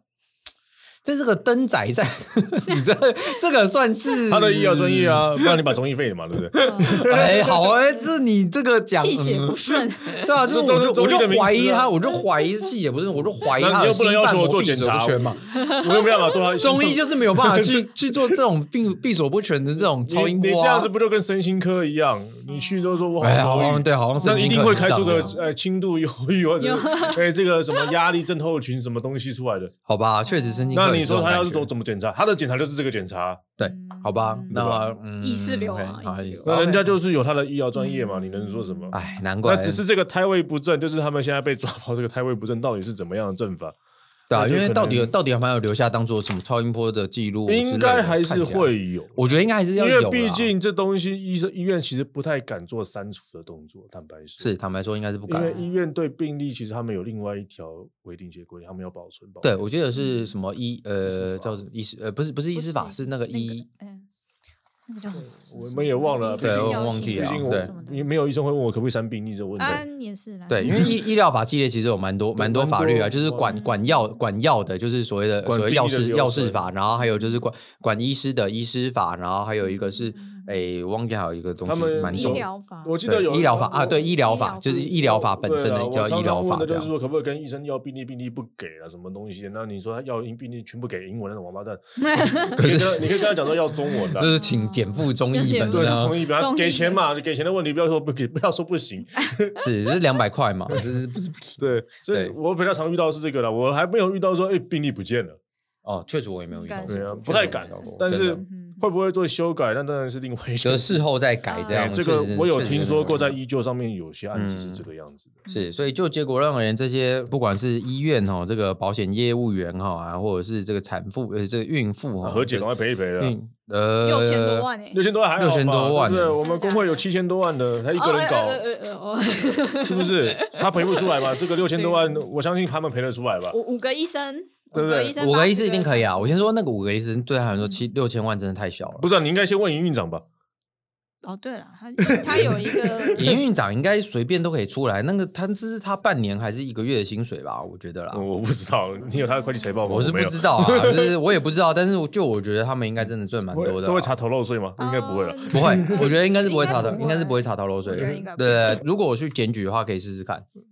[SPEAKER 2] 但这个灯仔在， 你这这个算是
[SPEAKER 3] 他的医疗专业啊，不然你把中医废了嘛，对不对？
[SPEAKER 2] 哎，好哎，这你这个讲
[SPEAKER 1] 气血不
[SPEAKER 2] 嗯
[SPEAKER 1] 顺，
[SPEAKER 2] 对啊，就是
[SPEAKER 3] 这都
[SPEAKER 2] 我
[SPEAKER 3] 是
[SPEAKER 2] 就我
[SPEAKER 3] 中医的
[SPEAKER 2] 就
[SPEAKER 3] 名词
[SPEAKER 2] 怀疑
[SPEAKER 3] 啊
[SPEAKER 2] 他，我就怀疑气血不是，我就怀疑
[SPEAKER 3] 那
[SPEAKER 2] 他
[SPEAKER 3] 你
[SPEAKER 2] 的
[SPEAKER 3] 又不
[SPEAKER 2] 心
[SPEAKER 3] 能要
[SPEAKER 2] 瓣
[SPEAKER 3] 求我
[SPEAKER 2] 膜
[SPEAKER 3] 做
[SPEAKER 2] 闭
[SPEAKER 3] 检
[SPEAKER 2] 锁不
[SPEAKER 3] 查
[SPEAKER 2] 全嘛。
[SPEAKER 3] 我又没办 法做他
[SPEAKER 2] 中医就是没有办法 去去做这种病闭锁不全的这种超音
[SPEAKER 3] 你
[SPEAKER 2] 波
[SPEAKER 3] 你
[SPEAKER 2] 啊。
[SPEAKER 3] 这样子不就跟身心科一样？你去都说我好
[SPEAKER 2] 哎，好
[SPEAKER 3] 疗
[SPEAKER 2] 像
[SPEAKER 3] 愈，
[SPEAKER 2] 对，好像神
[SPEAKER 3] 那一
[SPEAKER 2] 经
[SPEAKER 3] 定
[SPEAKER 2] 科
[SPEAKER 3] 会
[SPEAKER 2] 是
[SPEAKER 3] 开
[SPEAKER 2] 这
[SPEAKER 3] 出
[SPEAKER 2] 样
[SPEAKER 3] 个
[SPEAKER 2] 的
[SPEAKER 3] 呃轻度忧郁或者是哎这个什么压力症候群什么东西出来的。
[SPEAKER 2] 好吧，确实神经科
[SPEAKER 3] 那
[SPEAKER 2] 有
[SPEAKER 3] 你
[SPEAKER 2] 这
[SPEAKER 3] 说
[SPEAKER 2] 种
[SPEAKER 3] 他要
[SPEAKER 2] 感
[SPEAKER 3] 是
[SPEAKER 2] 觉
[SPEAKER 3] 怎怎么检查？他的检查就是这个检查，
[SPEAKER 2] 对，好吧，那嗯，
[SPEAKER 1] 意识流啊
[SPEAKER 2] OK，好
[SPEAKER 1] 意识流
[SPEAKER 3] 那
[SPEAKER 2] OK
[SPEAKER 3] 人家就是有他的医疗专业嘛，你能说什么？
[SPEAKER 2] 哎，难怪
[SPEAKER 3] 那只是这个胎位不正，就是他们现在被抓到这个胎位不正到底是怎么样的正法？
[SPEAKER 2] 对啊，
[SPEAKER 3] 那就
[SPEAKER 2] 因
[SPEAKER 3] 可
[SPEAKER 2] 为
[SPEAKER 3] 能
[SPEAKER 2] 到底有到底有没有留下当做什么超音波的记录之类的？
[SPEAKER 3] 应该还
[SPEAKER 2] 看起
[SPEAKER 3] 是
[SPEAKER 2] 来，
[SPEAKER 3] 会有，
[SPEAKER 2] 我觉得应该还是
[SPEAKER 3] 因
[SPEAKER 2] 要有啦，
[SPEAKER 3] 为毕竟这东西医生医院其实不太敢做删除的动作，坦白说。
[SPEAKER 2] 是坦白说，应该是不
[SPEAKER 3] 因
[SPEAKER 2] 敢啊
[SPEAKER 3] 为。医院对病例其实他们有另外一条规定结规定，他们要保存。保
[SPEAKER 2] 对，
[SPEAKER 3] 存
[SPEAKER 2] 我记得是什么医呃
[SPEAKER 3] 师法
[SPEAKER 2] 叫什么医师呃不是不是医师法是那个医
[SPEAKER 4] 嗯，那个叫什么？
[SPEAKER 3] 我们也忘了
[SPEAKER 4] 什么
[SPEAKER 2] 对
[SPEAKER 4] 什么
[SPEAKER 2] 我忘记
[SPEAKER 3] 毕
[SPEAKER 2] 了
[SPEAKER 3] 竟
[SPEAKER 2] 对
[SPEAKER 4] 什么
[SPEAKER 3] 我
[SPEAKER 4] 的啊
[SPEAKER 3] 没有医生会问我可不可以删病例这个问题。
[SPEAKER 4] 安也是啦，
[SPEAKER 2] 对，因为医医疗法系列其实有蛮多
[SPEAKER 3] 对
[SPEAKER 2] 蛮多
[SPEAKER 3] 蛮
[SPEAKER 2] 法律啊，
[SPEAKER 3] 多
[SPEAKER 2] 就是管
[SPEAKER 4] 嗯
[SPEAKER 2] 管药管药的，就是所谓的所
[SPEAKER 3] 管
[SPEAKER 2] 谓
[SPEAKER 3] 病
[SPEAKER 2] 药
[SPEAKER 3] 例的
[SPEAKER 2] 事
[SPEAKER 3] 流
[SPEAKER 2] 药事
[SPEAKER 3] 程
[SPEAKER 2] 法，然后还有就是管管医师的医师法，然后还有一个是诶忘记还有一个东
[SPEAKER 3] 他们
[SPEAKER 2] 西蛮
[SPEAKER 4] 医
[SPEAKER 2] 重
[SPEAKER 3] 中
[SPEAKER 4] 疗法，
[SPEAKER 3] 我记得
[SPEAKER 2] 对
[SPEAKER 3] 有
[SPEAKER 2] 医疗法
[SPEAKER 3] 我
[SPEAKER 2] 啊，对医疗法
[SPEAKER 4] 医疗
[SPEAKER 2] 就是
[SPEAKER 4] 法
[SPEAKER 2] 医疗法本身
[SPEAKER 3] 对
[SPEAKER 2] 的
[SPEAKER 3] 啦
[SPEAKER 2] 叫
[SPEAKER 3] 我
[SPEAKER 2] 医
[SPEAKER 3] 常
[SPEAKER 2] 疗
[SPEAKER 3] 常问
[SPEAKER 2] 法
[SPEAKER 3] 的
[SPEAKER 2] 这
[SPEAKER 3] 就是
[SPEAKER 2] 样。
[SPEAKER 3] 说可不可以跟医生要病历，病历不给啊，什么东西？ 那你说他要病历全部给英文那种王八蛋，
[SPEAKER 2] 可
[SPEAKER 3] 你
[SPEAKER 2] 是
[SPEAKER 3] 跟他你可以跟他讲说要中文的
[SPEAKER 2] 就是请减负中
[SPEAKER 1] 就是
[SPEAKER 2] 一
[SPEAKER 1] 有
[SPEAKER 2] 本，
[SPEAKER 3] 对，
[SPEAKER 2] 然
[SPEAKER 3] 就
[SPEAKER 2] 后
[SPEAKER 3] 同意，不
[SPEAKER 1] 中
[SPEAKER 3] 要
[SPEAKER 1] 医
[SPEAKER 3] 给钱嘛，就给钱的问题，不要说不给，不要说 不行。
[SPEAKER 2] 是是两百块 嘛，是不是
[SPEAKER 3] 对，所以
[SPEAKER 2] 对
[SPEAKER 3] 我比较常遇到的是这个了，我还没有遇到说，哎，病例不见了，
[SPEAKER 2] 哦，确实我也没有遇到过，
[SPEAKER 3] 对啊
[SPEAKER 2] 确实
[SPEAKER 3] 不太
[SPEAKER 2] 我也
[SPEAKER 3] 敢
[SPEAKER 2] 没有遇到过
[SPEAKER 3] 但
[SPEAKER 2] 真
[SPEAKER 3] 是
[SPEAKER 2] 的
[SPEAKER 4] 嗯
[SPEAKER 3] 会不会做修改，那当然是另外一
[SPEAKER 2] 就
[SPEAKER 3] 件
[SPEAKER 2] 是
[SPEAKER 3] 事。
[SPEAKER 2] 事后再改这
[SPEAKER 4] 啊
[SPEAKER 2] 样。
[SPEAKER 3] 这个
[SPEAKER 2] 确实
[SPEAKER 3] 我有
[SPEAKER 2] 确实
[SPEAKER 3] 听说过，在
[SPEAKER 2] 没有
[SPEAKER 3] 医救上面有些案子是这
[SPEAKER 2] 嗯
[SPEAKER 3] 个样子的。
[SPEAKER 2] 是，所以就结果论而言，这些不管是医院哈、哦，这个保险业务员哈、哦、啊，或者是这个产妇呃，这个孕妇哈、
[SPEAKER 3] 啊
[SPEAKER 2] 哦，
[SPEAKER 3] 何姐，赶快赔一赔了，
[SPEAKER 2] 孕呃
[SPEAKER 1] 六千多万哎
[SPEAKER 3] 六，千多万还好吧
[SPEAKER 2] 6000多万哎
[SPEAKER 3] 对不对
[SPEAKER 2] 呢
[SPEAKER 3] 我们工会有七千多万的，他一个
[SPEAKER 1] 哦
[SPEAKER 3] 人
[SPEAKER 1] 呃
[SPEAKER 3] 搞，
[SPEAKER 1] 呃呃呃
[SPEAKER 3] 是不是？他赔不出来 嘛？这个六千多万，我相信他们赔得出来吧
[SPEAKER 1] 哦？五五个医生，
[SPEAKER 3] 对不
[SPEAKER 1] 个
[SPEAKER 3] 对
[SPEAKER 1] 医生，
[SPEAKER 2] 五
[SPEAKER 1] 八
[SPEAKER 2] 个
[SPEAKER 1] 十
[SPEAKER 2] 医师一定可以啊！我先说那个五个医师对他来说七六千万真的太小了
[SPEAKER 3] 不。是啊，你应该先问营运长吧？
[SPEAKER 4] 哦，对了，他他有一个
[SPEAKER 2] 营运长应该随便都可以出来，那个他这是他半年还是一个月的薪水吧？我觉得啦，
[SPEAKER 3] 我不知道，你有他的会计财报吗？
[SPEAKER 2] 啊我是不
[SPEAKER 3] 哦没有
[SPEAKER 2] 知道啊，就是我也不知道，但是我就我觉得他们应该真的赚蛮多的啊、
[SPEAKER 3] 这会查头漏税吗？应该不会了。
[SPEAKER 2] 哦不 会，我觉得应该是不会查的，
[SPEAKER 4] 应该不会
[SPEAKER 2] 应该是不会查逃漏税
[SPEAKER 4] 我觉得应
[SPEAKER 2] 的。
[SPEAKER 4] 该不
[SPEAKER 2] 对，如果我去检举的话，可以试试看。
[SPEAKER 4] 嗯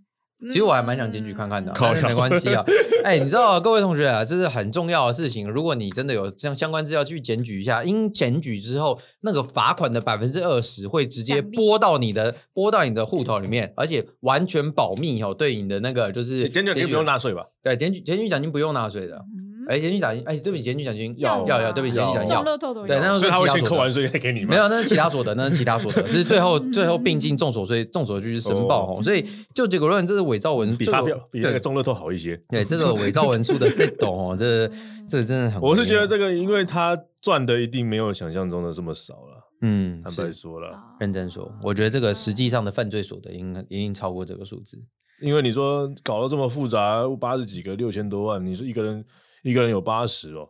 [SPEAKER 2] 其实我还蛮想
[SPEAKER 1] 嗯
[SPEAKER 2] 检举看看的啊，
[SPEAKER 3] 靠
[SPEAKER 2] 但是没关系 啊。哎，你知道啊各位同学啊，这是很重要的事情。如果你真的有这样相关资料，去检举一下。因检举之后，那个罚款的百分之二十会直接
[SPEAKER 1] 奖励
[SPEAKER 2] 拨到你的拨到你的户头里面，而且完全保密哦。对你的那个就是
[SPEAKER 3] 检举就不用纳税吧？
[SPEAKER 2] 对检举检举奖金不用纳税的。哎，检举奖金哎，对不起，检举奖金
[SPEAKER 3] 要
[SPEAKER 2] 要要，对不起，检举奖
[SPEAKER 1] 嗯
[SPEAKER 2] 金
[SPEAKER 1] 中
[SPEAKER 2] 要。
[SPEAKER 1] 乐透都有
[SPEAKER 2] 对，那
[SPEAKER 3] 所
[SPEAKER 2] 是
[SPEAKER 3] 以他会
[SPEAKER 2] 其
[SPEAKER 3] 先
[SPEAKER 2] 所
[SPEAKER 3] 扣
[SPEAKER 2] 得
[SPEAKER 3] 完税再给你吗？
[SPEAKER 2] 没有，那是其他所得，那是其他所得，只是最后最后并进众所税，众所就是申报哦。所以就结果论，这是伪造文
[SPEAKER 3] 嗯比
[SPEAKER 2] 这个
[SPEAKER 3] 发票比那个
[SPEAKER 2] 对
[SPEAKER 3] 中乐透好一些。
[SPEAKER 2] 对，这个伪造文书的 set 哦，这
[SPEAKER 4] 嗯
[SPEAKER 2] 这真的很微妙，
[SPEAKER 3] 我是觉得这个，因为他赚的一定没有想象中的这么少了。
[SPEAKER 2] 嗯，
[SPEAKER 3] 坦
[SPEAKER 2] 是
[SPEAKER 3] 白说
[SPEAKER 4] 啊
[SPEAKER 3] 了，
[SPEAKER 2] 认真说，我觉得这个实 际上的犯罪所得应该一定超过这个数字。
[SPEAKER 3] 因为你说搞得这么复杂，八十几个六千多万，你说一个人一个人有八十哦，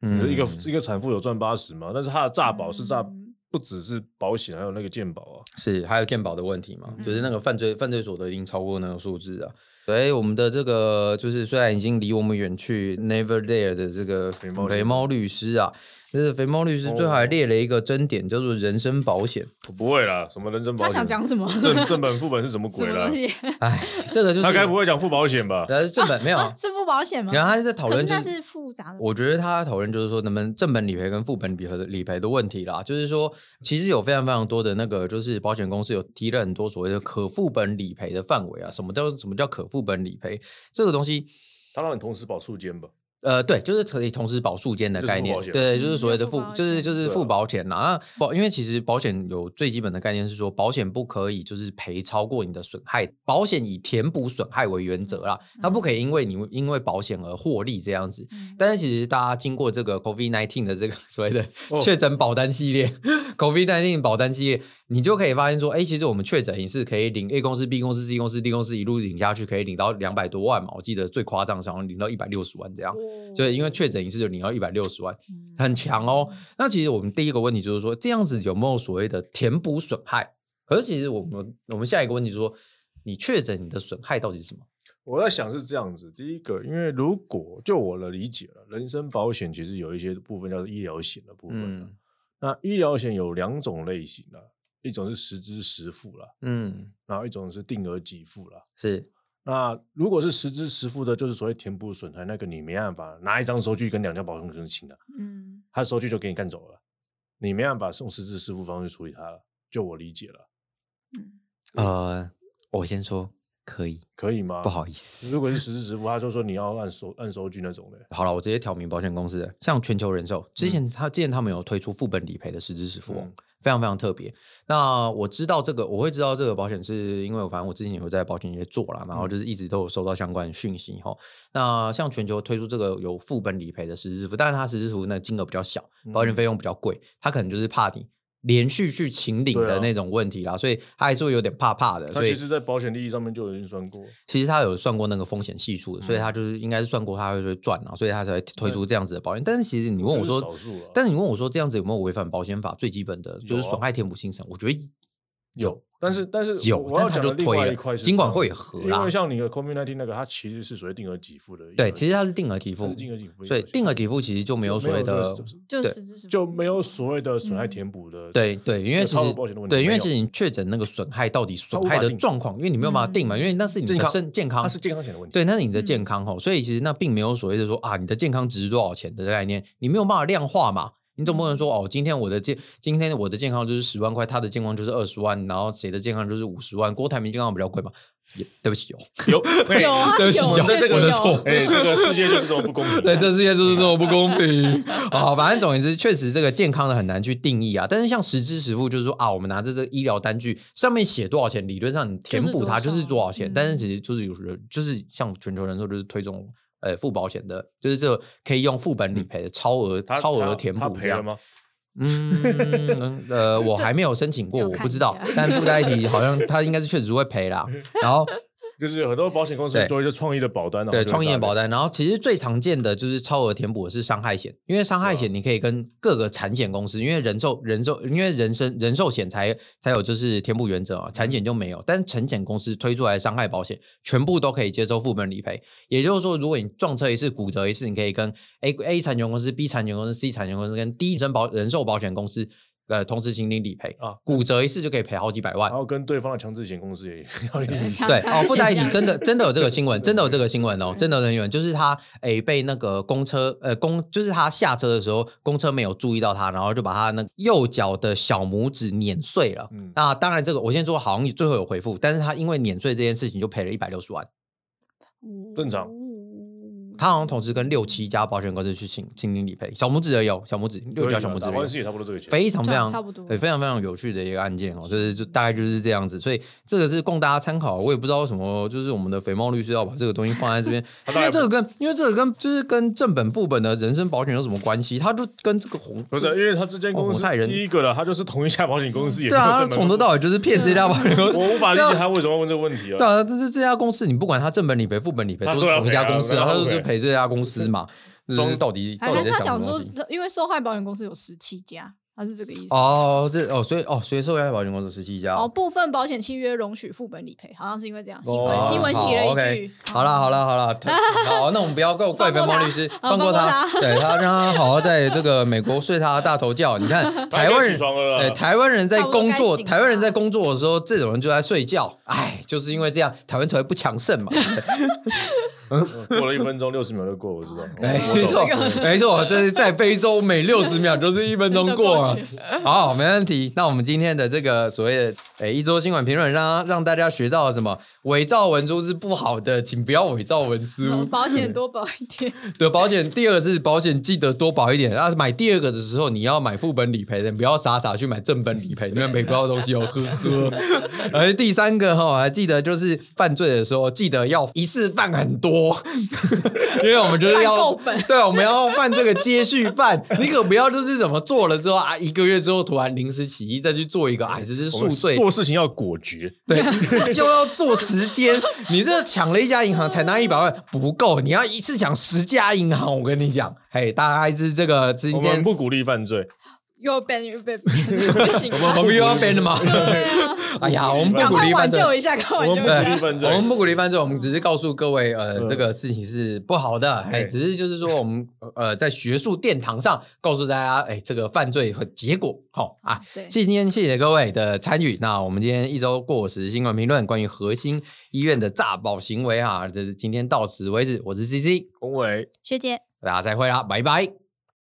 [SPEAKER 3] 你说
[SPEAKER 2] 嗯，
[SPEAKER 3] 一个一个产妇有赚八十嘛？但是他的诈保是诈，
[SPEAKER 1] 嗯
[SPEAKER 3] 不只是保险，还有那个健保啊。
[SPEAKER 2] 是还有健保的问题嘛，就是
[SPEAKER 4] 嗯
[SPEAKER 2] 那个犯罪犯罪所得已经超过那个数字啊。所以我们的这个就是虽然已经离我们远去，Never There 的这个
[SPEAKER 3] 肥猫律师
[SPEAKER 2] 肥猫律师啊，就是肥猫律师最后还列了一个争点，叫做人身保险。
[SPEAKER 3] 我不会啦，什么人身保
[SPEAKER 1] 他
[SPEAKER 3] 险？
[SPEAKER 1] 想讲什么？
[SPEAKER 3] 正 正本副本是什么
[SPEAKER 1] 什
[SPEAKER 3] 鬼
[SPEAKER 1] 么
[SPEAKER 3] 啦
[SPEAKER 1] 东？西？
[SPEAKER 2] 哎，这个就是
[SPEAKER 3] 他该不会讲副保险吧？
[SPEAKER 2] 呃是正本没有，
[SPEAKER 1] 是不保险吗？
[SPEAKER 2] 然后他是在讨
[SPEAKER 4] 可是
[SPEAKER 2] 论就
[SPEAKER 4] 那是复杂的，
[SPEAKER 2] 我觉得他讨论就是说，能不能正本理赔跟副本理赔的理赔的问题啦，就是说，
[SPEAKER 3] 嗯
[SPEAKER 2] 其实有非常非常多的那个，就是保险公司有提了很多所谓的可副本理赔的范围啊，什么叫什么叫可副本理赔这个东西，
[SPEAKER 3] 他让你同时保数间吧？
[SPEAKER 2] 呃，对，就是可以同时保数间的
[SPEAKER 3] 就是
[SPEAKER 2] 概
[SPEAKER 3] 付
[SPEAKER 2] 念
[SPEAKER 3] 保，险
[SPEAKER 2] 对，就是
[SPEAKER 4] 嗯
[SPEAKER 2] 所谓的
[SPEAKER 4] 就是付
[SPEAKER 2] 付，
[SPEAKER 4] 保
[SPEAKER 2] 就
[SPEAKER 4] 险
[SPEAKER 2] 是就是
[SPEAKER 3] 对啊
[SPEAKER 2] 付保险啦。啊保，因为其实保险有最基本的概念是说，保险不可以就是赔超过你的损害，保险以填补损害为原则啦，
[SPEAKER 3] 嗯
[SPEAKER 2] 它不可以因为你因为保险而获利这样子。
[SPEAKER 4] 嗯
[SPEAKER 2] 但是其实大家经过这个 COVID nineteen 的这个 所谓的
[SPEAKER 3] 哦
[SPEAKER 2] 确诊保单系列、COVID nineteen 保单系列，你就可以发现说，哎，其实我们确诊也是可以领 A 公司、B 公司、C 公司、D 公司一路领下去，可以领到两百多万嘛。我记得最夸张是好像领到一百六十万这
[SPEAKER 1] 嗯
[SPEAKER 2] 样。所以因为
[SPEAKER 4] 哦
[SPEAKER 2] 确诊一次就领到一百六十万，
[SPEAKER 4] 嗯
[SPEAKER 2] 很强哦。那其实我们第一个问题就是说，这样子有没有所谓的填补损害？可是其实我们我们下一个问题就是说，你确诊你的损害到底是什么？
[SPEAKER 3] 我在想是这样子，第一个，因为如果就我的理解了，人身保险其实有一些部分叫做医疗险的部分啊、
[SPEAKER 2] 嗯
[SPEAKER 3] 那医疗险有两种类型啦，一种是实支实付啦，
[SPEAKER 2] 嗯，
[SPEAKER 3] 然后一种是定额给付啦。
[SPEAKER 2] 是
[SPEAKER 3] 那如果是实支实付的，就是所谓填补损害，那个你没办法拿一张收据跟两家保险公司请啊，
[SPEAKER 4] 嗯，
[SPEAKER 3] 他收据就给你干走了，你没办法用实支实付方式处理它了。就我理解了，
[SPEAKER 4] 嗯
[SPEAKER 2] 呃，我先说可以，
[SPEAKER 3] 可以吗？
[SPEAKER 2] 不，好意思。
[SPEAKER 3] 如果是实支实付，他就说你要按收按收据那种的。
[SPEAKER 2] 好了，我直接挑明保险公司的，像全球人寿，之前他之前他们有推出副本理赔的实支实付、哦，
[SPEAKER 3] 嗯
[SPEAKER 2] 非常非常特别。那我知道这个，我会知道这个保险，是因为我反正我之前有在保险业做啦，
[SPEAKER 3] 嗯
[SPEAKER 2] 然后就是一直都有收到相关的讯息哈、那像全球推出这个有副本理赔的实支实付，但是它实支实付那金额比较小，
[SPEAKER 3] 嗯
[SPEAKER 2] 保险费用比较贵，它可能就是怕你连续去请领
[SPEAKER 3] 对
[SPEAKER 2] 的
[SPEAKER 3] 啊
[SPEAKER 2] 那种问题啦，所以它还是会有点怕怕的。
[SPEAKER 3] 他
[SPEAKER 2] 所以
[SPEAKER 3] 其实，在保险利益上面就有运算过，
[SPEAKER 2] 其实他有算过那个风险系数的，所以
[SPEAKER 3] 嗯
[SPEAKER 2] 他就是应该是算过他会不会赚啊，所以他才会推出这样子的保险。但是其实你问我
[SPEAKER 3] 这
[SPEAKER 2] 说
[SPEAKER 3] 是少，数了，
[SPEAKER 2] 但是你问我说这样子有没有违反保险法最基本的就是
[SPEAKER 3] 有啊
[SPEAKER 2] 损害填补精神？我觉得
[SPEAKER 3] 有，但是但是
[SPEAKER 2] 有
[SPEAKER 3] 我我要
[SPEAKER 2] 但他
[SPEAKER 3] 讲
[SPEAKER 2] 就
[SPEAKER 3] 的另外
[SPEAKER 2] 推了
[SPEAKER 3] 一块是
[SPEAKER 2] 尽管
[SPEAKER 3] 这样
[SPEAKER 2] 会
[SPEAKER 3] 的
[SPEAKER 2] 合
[SPEAKER 3] 因
[SPEAKER 2] 啦
[SPEAKER 3] 为像你的 COVID 19那个，它其实是属于定额给付的，
[SPEAKER 2] 对，其实它是定额给
[SPEAKER 3] 它
[SPEAKER 2] 付
[SPEAKER 3] 是，定额给付，
[SPEAKER 2] 所以定额给付其实就没有所谓的
[SPEAKER 3] 就没有说
[SPEAKER 4] 就
[SPEAKER 2] 对
[SPEAKER 4] 实质是
[SPEAKER 3] 就没有所谓的损害填补的，
[SPEAKER 2] 嗯对对，因为
[SPEAKER 3] 有
[SPEAKER 2] 其
[SPEAKER 3] 超额保险
[SPEAKER 2] 实
[SPEAKER 3] 的问题
[SPEAKER 2] 对，因
[SPEAKER 3] 没
[SPEAKER 2] 为
[SPEAKER 3] 有
[SPEAKER 2] 其实你确诊那个损害到底损
[SPEAKER 3] 它无
[SPEAKER 2] 害
[SPEAKER 3] 法
[SPEAKER 2] 的
[SPEAKER 3] 定嗯
[SPEAKER 2] 状况，因为你没有办法定嘛，因为那是你
[SPEAKER 3] 健
[SPEAKER 2] 的
[SPEAKER 3] 康
[SPEAKER 2] 身健康
[SPEAKER 3] 它是健康险的问题，嗯
[SPEAKER 2] 对，那是你的健康吼，所以其实那并没有所谓的说啊，你的健康值是多少钱的概念，你没有办法量化嘛。你总不能
[SPEAKER 3] 嗯
[SPEAKER 2] 说哦，今天我的健今天我的健康就是十万块，他的健康就是二十万，然后谁的健康就是五十万？郭台铭健康比较贵嘛？也对不起哦，
[SPEAKER 3] 有
[SPEAKER 1] 有啊
[SPEAKER 2] 对不起，
[SPEAKER 1] 有，
[SPEAKER 2] 有
[SPEAKER 1] 确实
[SPEAKER 2] 我的
[SPEAKER 1] 有
[SPEAKER 2] 错。
[SPEAKER 3] 哎，这个世界就是这么不公平。啊
[SPEAKER 2] 对，这世界就是这么不公平啊、反正总而言之，确实这个健康的很难去定义啊。但是像实支实付，就是说啊，我们拿着这个医疗单据上面写多少钱，理论上你填补它
[SPEAKER 1] 就
[SPEAKER 2] 就
[SPEAKER 1] 多少
[SPEAKER 2] 是是多少钱。
[SPEAKER 1] 嗯
[SPEAKER 2] 但是其实就是有人就是像全球人寿就是推这种呃付保险的，就是这个可以用副本理赔的超额
[SPEAKER 3] 他
[SPEAKER 2] 超额
[SPEAKER 3] 他
[SPEAKER 2] 填
[SPEAKER 3] 他
[SPEAKER 2] 补这
[SPEAKER 3] 赔了
[SPEAKER 2] 样。
[SPEAKER 3] 吗？
[SPEAKER 2] 嗯，呃，我
[SPEAKER 1] 这
[SPEAKER 2] 还没有申请过，
[SPEAKER 1] 要
[SPEAKER 2] 我不
[SPEAKER 1] 看
[SPEAKER 2] 知
[SPEAKER 1] 一
[SPEAKER 2] 道
[SPEAKER 1] 下。
[SPEAKER 2] 但附带一提，好像他应该是确实会赔啦。然后
[SPEAKER 3] 就是很多保险公司
[SPEAKER 2] 对
[SPEAKER 3] 做一些创意的保单啊，
[SPEAKER 2] 对创业保
[SPEAKER 3] 单，
[SPEAKER 2] 单，然后其实最常见的就是超额填补的是伤害险，因为伤害险你可以跟各个产险公司，因为人寿人寿因为人身人寿险才才有就是填补原则啊，产险就没有，但是产险公司推出来的伤害保险全部都可以接受副本理赔，也就是说，如果你撞车一次、骨折一次，你可以跟 A A 产险公司、B 产险公司、C 产险公司跟 D 人保人寿保险公司呃同时行领理赔
[SPEAKER 3] 啊
[SPEAKER 2] 骨折一次就可以赔好几百万
[SPEAKER 3] 然。后跟对方的强制险公司也要 一起
[SPEAKER 4] 强
[SPEAKER 2] 对
[SPEAKER 4] 强
[SPEAKER 2] 哦，
[SPEAKER 4] 制
[SPEAKER 2] 附带一
[SPEAKER 4] 这
[SPEAKER 2] 起
[SPEAKER 4] 样
[SPEAKER 2] 真的真的有这个
[SPEAKER 3] 这
[SPEAKER 2] 新闻，
[SPEAKER 3] 这
[SPEAKER 2] 真的有这个新闻哦，
[SPEAKER 4] 对
[SPEAKER 2] 真的有人员就是他诶被那个公车呃公就是他下车的时候，公车没有注意到他，然后就把他那个右脚的小拇指碾碎了。
[SPEAKER 3] 嗯
[SPEAKER 2] 那当然这个我先说好像最后有回复，但是他因为碾碎这件事情就赔了一百六十万，
[SPEAKER 3] 正常
[SPEAKER 2] 他好像同时跟六七家保险公司去请请你理赔，小拇指而已哦，小拇指六
[SPEAKER 3] 对啊
[SPEAKER 2] 家小拇指
[SPEAKER 3] 打
[SPEAKER 2] 而已
[SPEAKER 3] 官
[SPEAKER 2] 哦。
[SPEAKER 3] 司也差不多这个钱。
[SPEAKER 2] 非常非
[SPEAKER 1] 对啊
[SPEAKER 2] 常
[SPEAKER 1] 差不多
[SPEAKER 2] 对，非常非常有趣的一个案件哦，就是就大概就是这样子，所以这个是供大家参考。啊我也不知道为什么，就是我们的肥猫律师要把这个东西放在这边
[SPEAKER 3] ，他
[SPEAKER 2] 因
[SPEAKER 3] 当
[SPEAKER 2] 为
[SPEAKER 3] 然
[SPEAKER 2] 这个跟因为这个跟就是跟正本副本的人身保险有什么关系？它就跟这个红
[SPEAKER 3] 不是，因为他这间公
[SPEAKER 2] 哦
[SPEAKER 3] 司
[SPEAKER 2] 我害人
[SPEAKER 3] 第一个了，他就是同一家保险公司，也
[SPEAKER 2] 对啊，它
[SPEAKER 3] 没有这么
[SPEAKER 2] 从头到尾就是骗这家保险 公司。
[SPEAKER 3] 我无法理解他为什么问这个问题
[SPEAKER 2] 对
[SPEAKER 3] 啊。
[SPEAKER 2] 啊，这是这家公司，你不管它正本理赔、副本理赔，
[SPEAKER 3] 它
[SPEAKER 2] 都是
[SPEAKER 3] 都要
[SPEAKER 2] 同一家
[SPEAKER 3] 赔啊
[SPEAKER 2] 公司
[SPEAKER 3] 对
[SPEAKER 2] 啊，
[SPEAKER 3] 啊
[SPEAKER 2] 它
[SPEAKER 3] 都
[SPEAKER 2] 就
[SPEAKER 3] 赔
[SPEAKER 2] 是赔这家公司嘛。就是到底到
[SPEAKER 4] 还
[SPEAKER 2] 底
[SPEAKER 4] 是
[SPEAKER 2] 在
[SPEAKER 4] 他想
[SPEAKER 2] 想什么
[SPEAKER 4] 说
[SPEAKER 2] 东西？，
[SPEAKER 4] 因为受害保险公司有十七家，他是这个意思。
[SPEAKER 2] 哦，这哦，所以哦，所以受害保险公司十七家哦
[SPEAKER 4] 哦，部分保险契约容许副本理赔，好像是因为这样。新
[SPEAKER 3] 哦
[SPEAKER 4] 闻新闻写
[SPEAKER 2] 好
[SPEAKER 4] 了一
[SPEAKER 2] OK
[SPEAKER 4] 句，
[SPEAKER 2] 好啦好啦好 啦，好，那我们不要怪怪肥猫律师，放
[SPEAKER 4] 放
[SPEAKER 2] 过
[SPEAKER 4] 过他
[SPEAKER 2] 他，对他让他好好在这个美国睡他的大头觉。你 看台湾
[SPEAKER 3] 他应该
[SPEAKER 2] 人
[SPEAKER 3] 起床了，啦
[SPEAKER 2] 哎，台湾人在工
[SPEAKER 4] 差不多该
[SPEAKER 2] 作，
[SPEAKER 4] 醒了
[SPEAKER 2] 台湾人在工作的时候，这种人就在睡觉。哎，就是因为这样，台湾才会不强盛 嘛。
[SPEAKER 3] 嗯过了一分钟六十秒就过，我知道。
[SPEAKER 2] 没
[SPEAKER 4] 哦
[SPEAKER 3] 我懂
[SPEAKER 2] 错，没错，这是在非洲每六十秒就是一分钟过
[SPEAKER 1] 就过
[SPEAKER 2] 了
[SPEAKER 1] 去。
[SPEAKER 2] 好，没问题。那我们今天的这个所谓的诶一周新闻评论，让让大家学到了什么？伪造文书是不好的，请不要伪造文书。
[SPEAKER 1] 保险多保一点，
[SPEAKER 2] 对，保险第二个是保险，记得多保一点。啊，买第二个的时候，你要买副本理赔的，你不要傻傻去买正本理赔，你们买不到东西哦，呵呵。而第三个哈，还记得就是犯罪的时候，记得要一次犯很多， 因为我们就是
[SPEAKER 1] 犯
[SPEAKER 2] 要
[SPEAKER 1] 够本
[SPEAKER 2] 对，我们要犯这个接续犯，你可不要就是怎么做了之后啊，一个月之后突然临时起意再去做一个，哎，这是
[SPEAKER 3] 我
[SPEAKER 2] 宿
[SPEAKER 3] 们
[SPEAKER 2] 醉，
[SPEAKER 3] 做事情要果决，
[SPEAKER 2] 对，一次就要做时间。你这抢了一家银行才拿一百万不够，你要一次抢十家银行。我跟你讲，嘿，大概是这个今
[SPEAKER 3] 我
[SPEAKER 2] 天
[SPEAKER 3] 们不鼓励犯罪。
[SPEAKER 1] 又 ban 又 ban，不行啊，
[SPEAKER 2] 我们又 要编了吗？
[SPEAKER 4] 啊
[SPEAKER 2] 哎呀，我们不
[SPEAKER 1] 赶
[SPEAKER 2] 鼓
[SPEAKER 1] 快
[SPEAKER 2] 励
[SPEAKER 1] 挽
[SPEAKER 2] 犯罪。
[SPEAKER 1] 救一下，赶快
[SPEAKER 3] 我
[SPEAKER 1] 挽
[SPEAKER 3] 们
[SPEAKER 1] 救一
[SPEAKER 3] 不鼓
[SPEAKER 1] 下
[SPEAKER 3] 励。犯罪，
[SPEAKER 2] 我们不鼓励犯罪，我们只是告诉各位，呃，
[SPEAKER 3] 嗯
[SPEAKER 2] 这个事情是不好的，哎，
[SPEAKER 3] 哎
[SPEAKER 2] 只是就是说我们呃在学术殿堂上告诉大家，哎，这个犯罪和结果，好啊，
[SPEAKER 4] 对，
[SPEAKER 2] 今天谢谢各位的参与。那我们今天一周过时新闻评论，关于核心医院的诈保行为啊，这今天到此为止。我是 C C，
[SPEAKER 3] 宏伟。
[SPEAKER 4] 学姐。
[SPEAKER 2] 大家再会啦，拜拜。